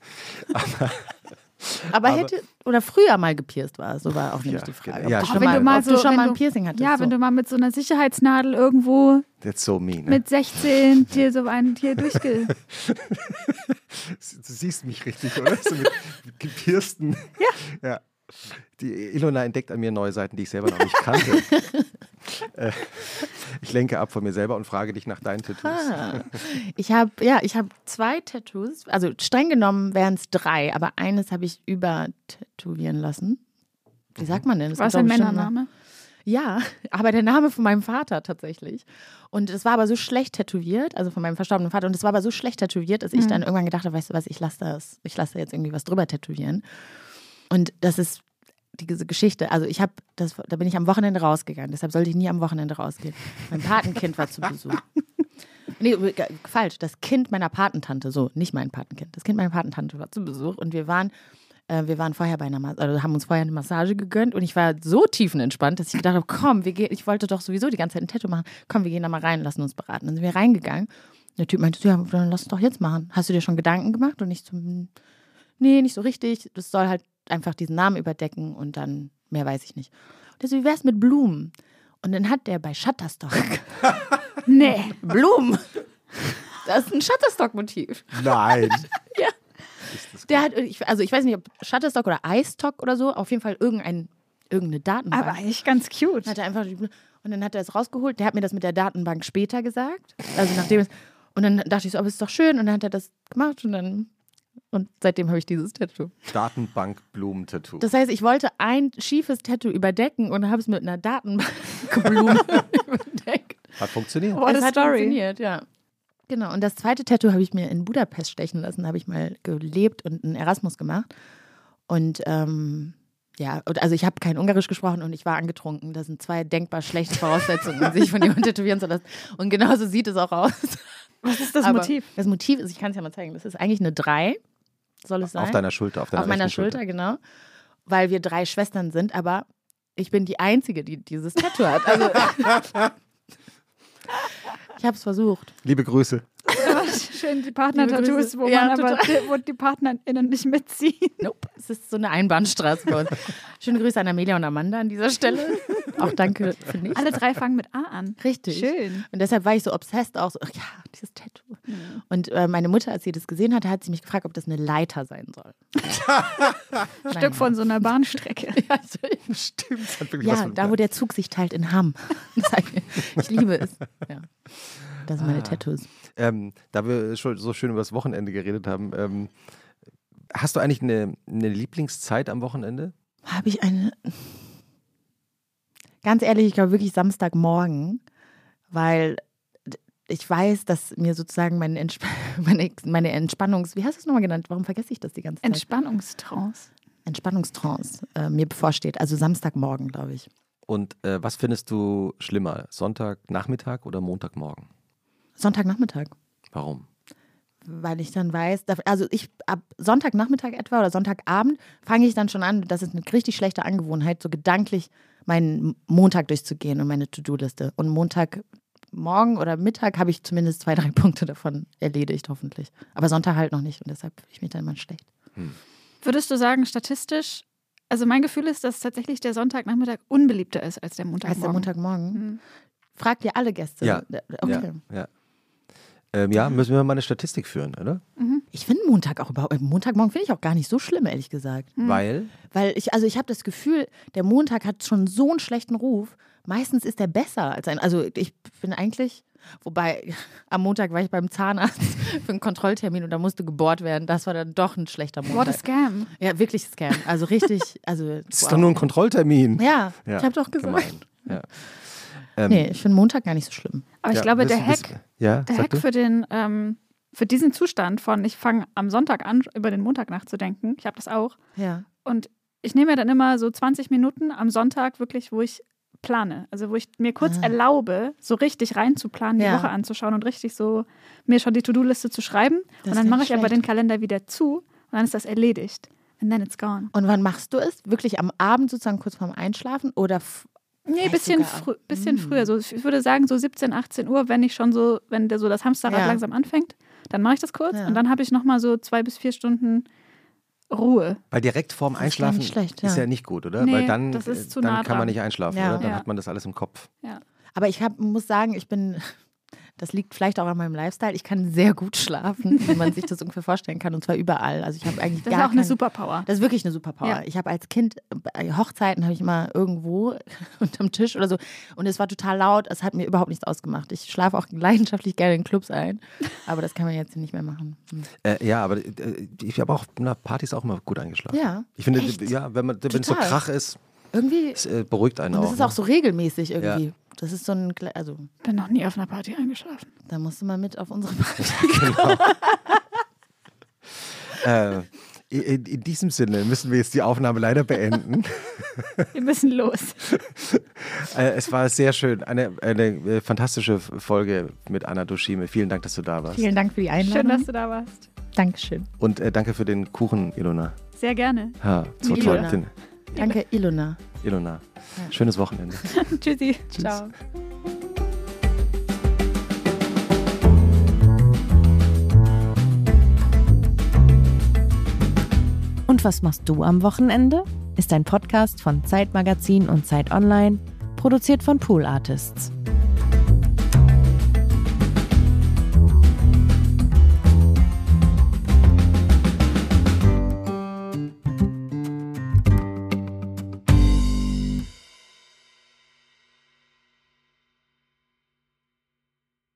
C: Aber, hätte, oder früher mal gepierst war, so war auch nämlich
A: Ja,
C: die Frage.
A: genau. Ja,
C: ob du
A: stimmt.
C: schon
A: Wenn
C: mal,
A: du
C: ob du schon mal ein Piercing hattest.
B: Ja,
C: so.
B: wenn du mal mit so einer Sicherheitsnadel irgendwo
A: That's so mean. Ne?
B: mit 16 dir so einen hier durchge.
A: Du siehst mich richtig, oder? So mit, mit gepiersten. Ja. Die Ilona entdeckt an mir neue Seiten, die ich selber noch nicht kannte. Äh, ich lenke ab von mir selber und frage dich nach deinen Tattoos.
C: Ah. Ich habe ja, ich habe zwei Tattoos. Also streng genommen wären es drei, aber eines habe ich übertätowieren lassen. Wie sagt man denn? Das
B: War es
C: gibt
B: ein
C: doch bestimmt einen-
B: Männername?
C: Ja, aber der Name von meinem Vater tatsächlich. Und es war aber so schlecht tätowiert, also von meinem verstorbenen Vater, und es war aber so schlecht tätowiert, dass ich dann irgendwann gedacht habe, weißt du was, ich lasse das, ich lasse da jetzt irgendwie was drüber tätowieren. Und das ist die- diese Geschichte, also ich habe, das, da bin ich am Wochenende rausgegangen, deshalb sollte ich nie am Wochenende rausgehen. Mein Patenkind war zu Besuch. Nee, g- falsch, das Kind meiner Patentante, so, nicht mein Patenkind, das Kind meiner Patentante war zu Besuch und wir waren äh, wir waren vorher bei einer Mas also haben uns vorher eine Massage gegönnt und ich war so tiefenentspannt, dass ich gedacht habe, komm, wir gehen, ich wollte doch sowieso die ganze Zeit ein Tattoo machen. Komm, wir gehen da mal rein, lassen uns beraten. Dann sind wir reingegangen. Und der Typ meinte, so, ja, dann lass es doch jetzt machen. Hast du dir schon Gedanken gemacht? Und ich so, "Hm, nee, nicht so richtig. Das soll halt einfach diesen Namen überdecken und dann mehr weiß ich nicht. Und der so, wie wär's mit Blumen? Und dann hat der bei Shutterstock ne?
B: Nee.
C: Blumen. Das ist ein Shutterstock-Motiv.
A: Nein.
C: Der hat, ich- also ich weiß nicht, ob Shutterstock oder Icestock oder so, auf jeden Fall irgendein, irgendeine Datenbank.
B: Aber eigentlich ganz cute.
C: Dann hat er einfach die Blu- und dann hat er es rausgeholt. Der hat mir das mit der Datenbank später gesagt. Also nachdem es, und dann dachte ich so, aber es ist doch schön. Und dann hat er das gemacht und dann, und seitdem habe ich dieses Tattoo.
A: Datenbank Blumentattoo.
C: Das heißt, ich wollte ein schiefes Tattoo überdecken und habe es mit einer Datenbankblume überdeckt.
A: Hat funktioniert.
B: What
C: es
B: a
C: hat
B: story.
C: funktioniert, ja. Genau, und das zweite Tattoo habe ich mir in Budapest stechen lassen, habe ich mal gelebt und einen Erasmus gemacht. Und ähm, ja, und also ich habe kein Ungarisch gesprochen und ich war angetrunken. Das sind zwei denkbar schlechte Voraussetzungen, um sich von jemandem tätowieren zu lassen. Und genauso sieht es auch aus.
B: Was ist das
C: Aber
B: Motiv?
C: Das Motiv ist, ich kann es ja mal zeigen, das ist eigentlich eine 3, soll es sein?
A: Auf deiner Schulter. Auf, deiner
C: auf meiner
A: rechten
C: Schulter, genau. Weil wir drei Schwestern sind, aber ich bin die Einzige, die dieses Tattoo hat. Also, ich habe es versucht.
A: Liebe Grüße.
B: Schön die Partner-Tattoos,
C: Grüße.
B: wo
C: Ja,
B: man aber wo die PartnerInnen nicht mitziehen.
C: Nope. Es ist so eine Einbahnstraße bei uns. Schöne Grüße an Amelia und Amanda an dieser Stelle. Auch danke für nichts.
B: Alle drei fangen mit A an.
C: Richtig.
B: Schön.
C: Und deshalb war ich so obsessed auch so, ach ja, dieses Tattoo.
B: Mhm.
C: Und äh, meine Mutter, als sie das gesehen hatte, hat sie mich gefragt, ob das eine Leiter sein soll. Nein.
B: Stück von so einer Bahnstrecke.
C: Ja, also so-
A: Stimmt. Das hat wirklich was
C: ja
A: von-
C: da wo der Zug sich teilt in Hamm. Ich liebe es. Ja. Das sind meine Tattoos.
A: Ähm, da wir schon so schön über das Wochenende geredet haben, ähm, hast du eigentlich eine, eine Lieblingszeit am Wochenende?
C: Habe ich eine. Ganz ehrlich, ich glaube wirklich Samstagmorgen, weil ich weiß, dass mir sozusagen mein Entsp meine, meine Entspannungs. Wie hast du es nochmal genannt? Warum vergesse ich das die ganze Zeit?
B: Entspannungstrance.
C: Entspannungstrance äh, mir bevorsteht. Also Samstagmorgen, glaube ich.
A: Und äh, was findest du schlimmer? Sonntagnachmittag oder Montagmorgen?
C: Sonntagnachmittag,
A: Warum?
C: weil ich dann weiß, da- also ich ab Sonntagnachmittag etwa oder Sonntagabend fange ich dann schon an, das ist eine richtig schlechte Angewohnheit, so gedanklich meinen Montag durchzugehen und meine To-Do-Liste. Und Montagmorgen oder Mittag habe ich zumindest zwei, drei Punkte davon erledigt, hoffentlich. Aber Sonntag halt noch nicht und deshalb fühle ich mich dann immer schlecht.
B: Würdest du sagen, statistisch, also mein Gefühl ist, dass tatsächlich der Sonntagnachmittag unbeliebter ist als der Montagmorgen.
C: Als der Montagmorgen.
B: Mhm.
C: Fragt ihr alle Gäste. Äh,
A: Ja.
C: Okay.
A: Ja. ja. Ähm, ja, müssen wir mal eine Statistik führen, oder?
C: Ich finde Montag auch überhaupt, Montagmorgen finde ich auch gar nicht so schlimm, ehrlich gesagt.
B: Hm.
A: Weil
C: Weil ich, also ich habe das Gefühl, der Montag hat schon so einen schlechten Ruf. Meistens ist der besser als ein. Also ich bin eigentlich, wobei am Montag war ich beim Zahnarzt für einen Kontrolltermin und da musste gebohrt werden. Das war dann doch ein schlechter
B: What a
C: Montag.
B: scam.
C: Ja, wirklich Scam. Also richtig, also.
A: es ist
C: wow.
A: doch nur ein Kontrolltermin.
C: ja,
A: Ja,
C: ich habe doch
A: come
C: gesagt.
A: on. Ja. Ähm,
C: Nee, ich finde Montag gar nicht so schlimm.
B: Aber ich
A: ja,
B: glaube,
A: willst-
B: der Hack,
A: willst- ja,
B: der
A: sag
B: Hack
A: du?
B: für, den, ähm, für diesen Zustand von, ich fange am Sonntag an, über den Montag nachzudenken, ich habe das auch,
C: Ja.
B: Und ich nehme mir dann immer so 20 Minuten am Sonntag wirklich, wo ich plane. Also wo ich mir kurz
C: Ah.
B: erlaube, so richtig reinzuplanen, die
C: Ja.
B: Woche anzuschauen und richtig so mir schon die To-Do-Liste zu schreiben.
C: Das
B: und
C: ist
B: dann
C: nicht
B: mache ich aber den
C: schlecht.
B: Kalender wieder zu und dann ist das erledigt. And then it's gone.
C: Und wann machst du es? Wirklich am Abend sozusagen kurz vorm Einschlafen oder f-
B: Nee,
C: Vielleicht
B: bisschen,
C: sogar
B: frü
C: auch.
B: bisschen
C: Mm.
B: früher. So, ich würde sagen, so 17, 18 Uhr, wenn ich schon so, wenn der so das Hamsterrad
C: Ja.
B: langsam anfängt, dann mache ich das kurz
C: Ja.
B: und dann habe ich nochmal so zwei bis vier Stunden Ruhe.
A: Weil direkt vorm
C: Das ist gar
A: Einschlafen
C: nicht schlecht,
A: ist
C: ja.
A: ja nicht gut, oder?
B: Nee,
A: Weil dann,
B: das ist
A: äh,
B: zu
A: dann
B: nah
A: kann man
B: dran.
A: nicht einschlafen,
C: Ja.
A: oder? Dann
B: Ja.
A: hat man das alles im Kopf.
C: Aber ich hab, muss sagen, ich bin, das liegt vielleicht auch an meinem Lifestyle, ich kann sehr gut schlafen, wie man sich das ungefähr vorstellen kann, und zwar überall. Also ich habe eigentlich
B: Das
C: gar
B: ist auch eine
C: keine-
B: Superpower.
C: Das ist wirklich eine Superpower.
B: Ja.
C: Ich habe als Kind bei Hochzeiten habe ich immer irgendwo unterm Tisch oder so und es war total laut. Es hat mir überhaupt nichts ausgemacht. Ich schlafe auch leidenschaftlich gerne in Clubs ein, aber das kann man jetzt nicht mehr machen. Hm.
A: Äh, ja, aber äh, ich habe auch nach Partys auch mal gut eingeschlafen.
C: Ja,
A: Ich finde,
C: echt?
A: ja, wenn man- wenn es so
C: Total.
A: krach ist,
C: Irgendwie
A: es, äh, beruhigt einen
C: und
A: auch.
C: das ist auch
A: ne?
C: so regelmäßig irgendwie. Das ist so ein, kle- also
B: Bin noch nie auf einer Party eingeschlafen.
C: da musst du mal mit auf unsere Party.
A: Genau. Äh, in, in diesem Sinne müssen wir jetzt die Aufnahme leider beenden.
B: Wir müssen los.
A: äh, es war sehr schön. Eine, eine äh, fantastische Folge mit Anna Doshime. Vielen Dank, dass du da warst.
C: Vielen Dank für die
B: Schön,
C: Einladung.
B: dass du da warst.
C: Dankeschön.
A: Und äh, danke für den Kuchen, Ilona.
B: Sehr gerne.
A: Ha, so
C: Ilona.
A: toll. Den,
C: Danke, Ilona.
A: Ilona. Schönes Wochenende.
B: Tschüssi. Ciao.
D: Und was machst du am Wochenende? Ist ein Podcast von Zeitmagazin und Zeit Online, produziert von Pool Artists.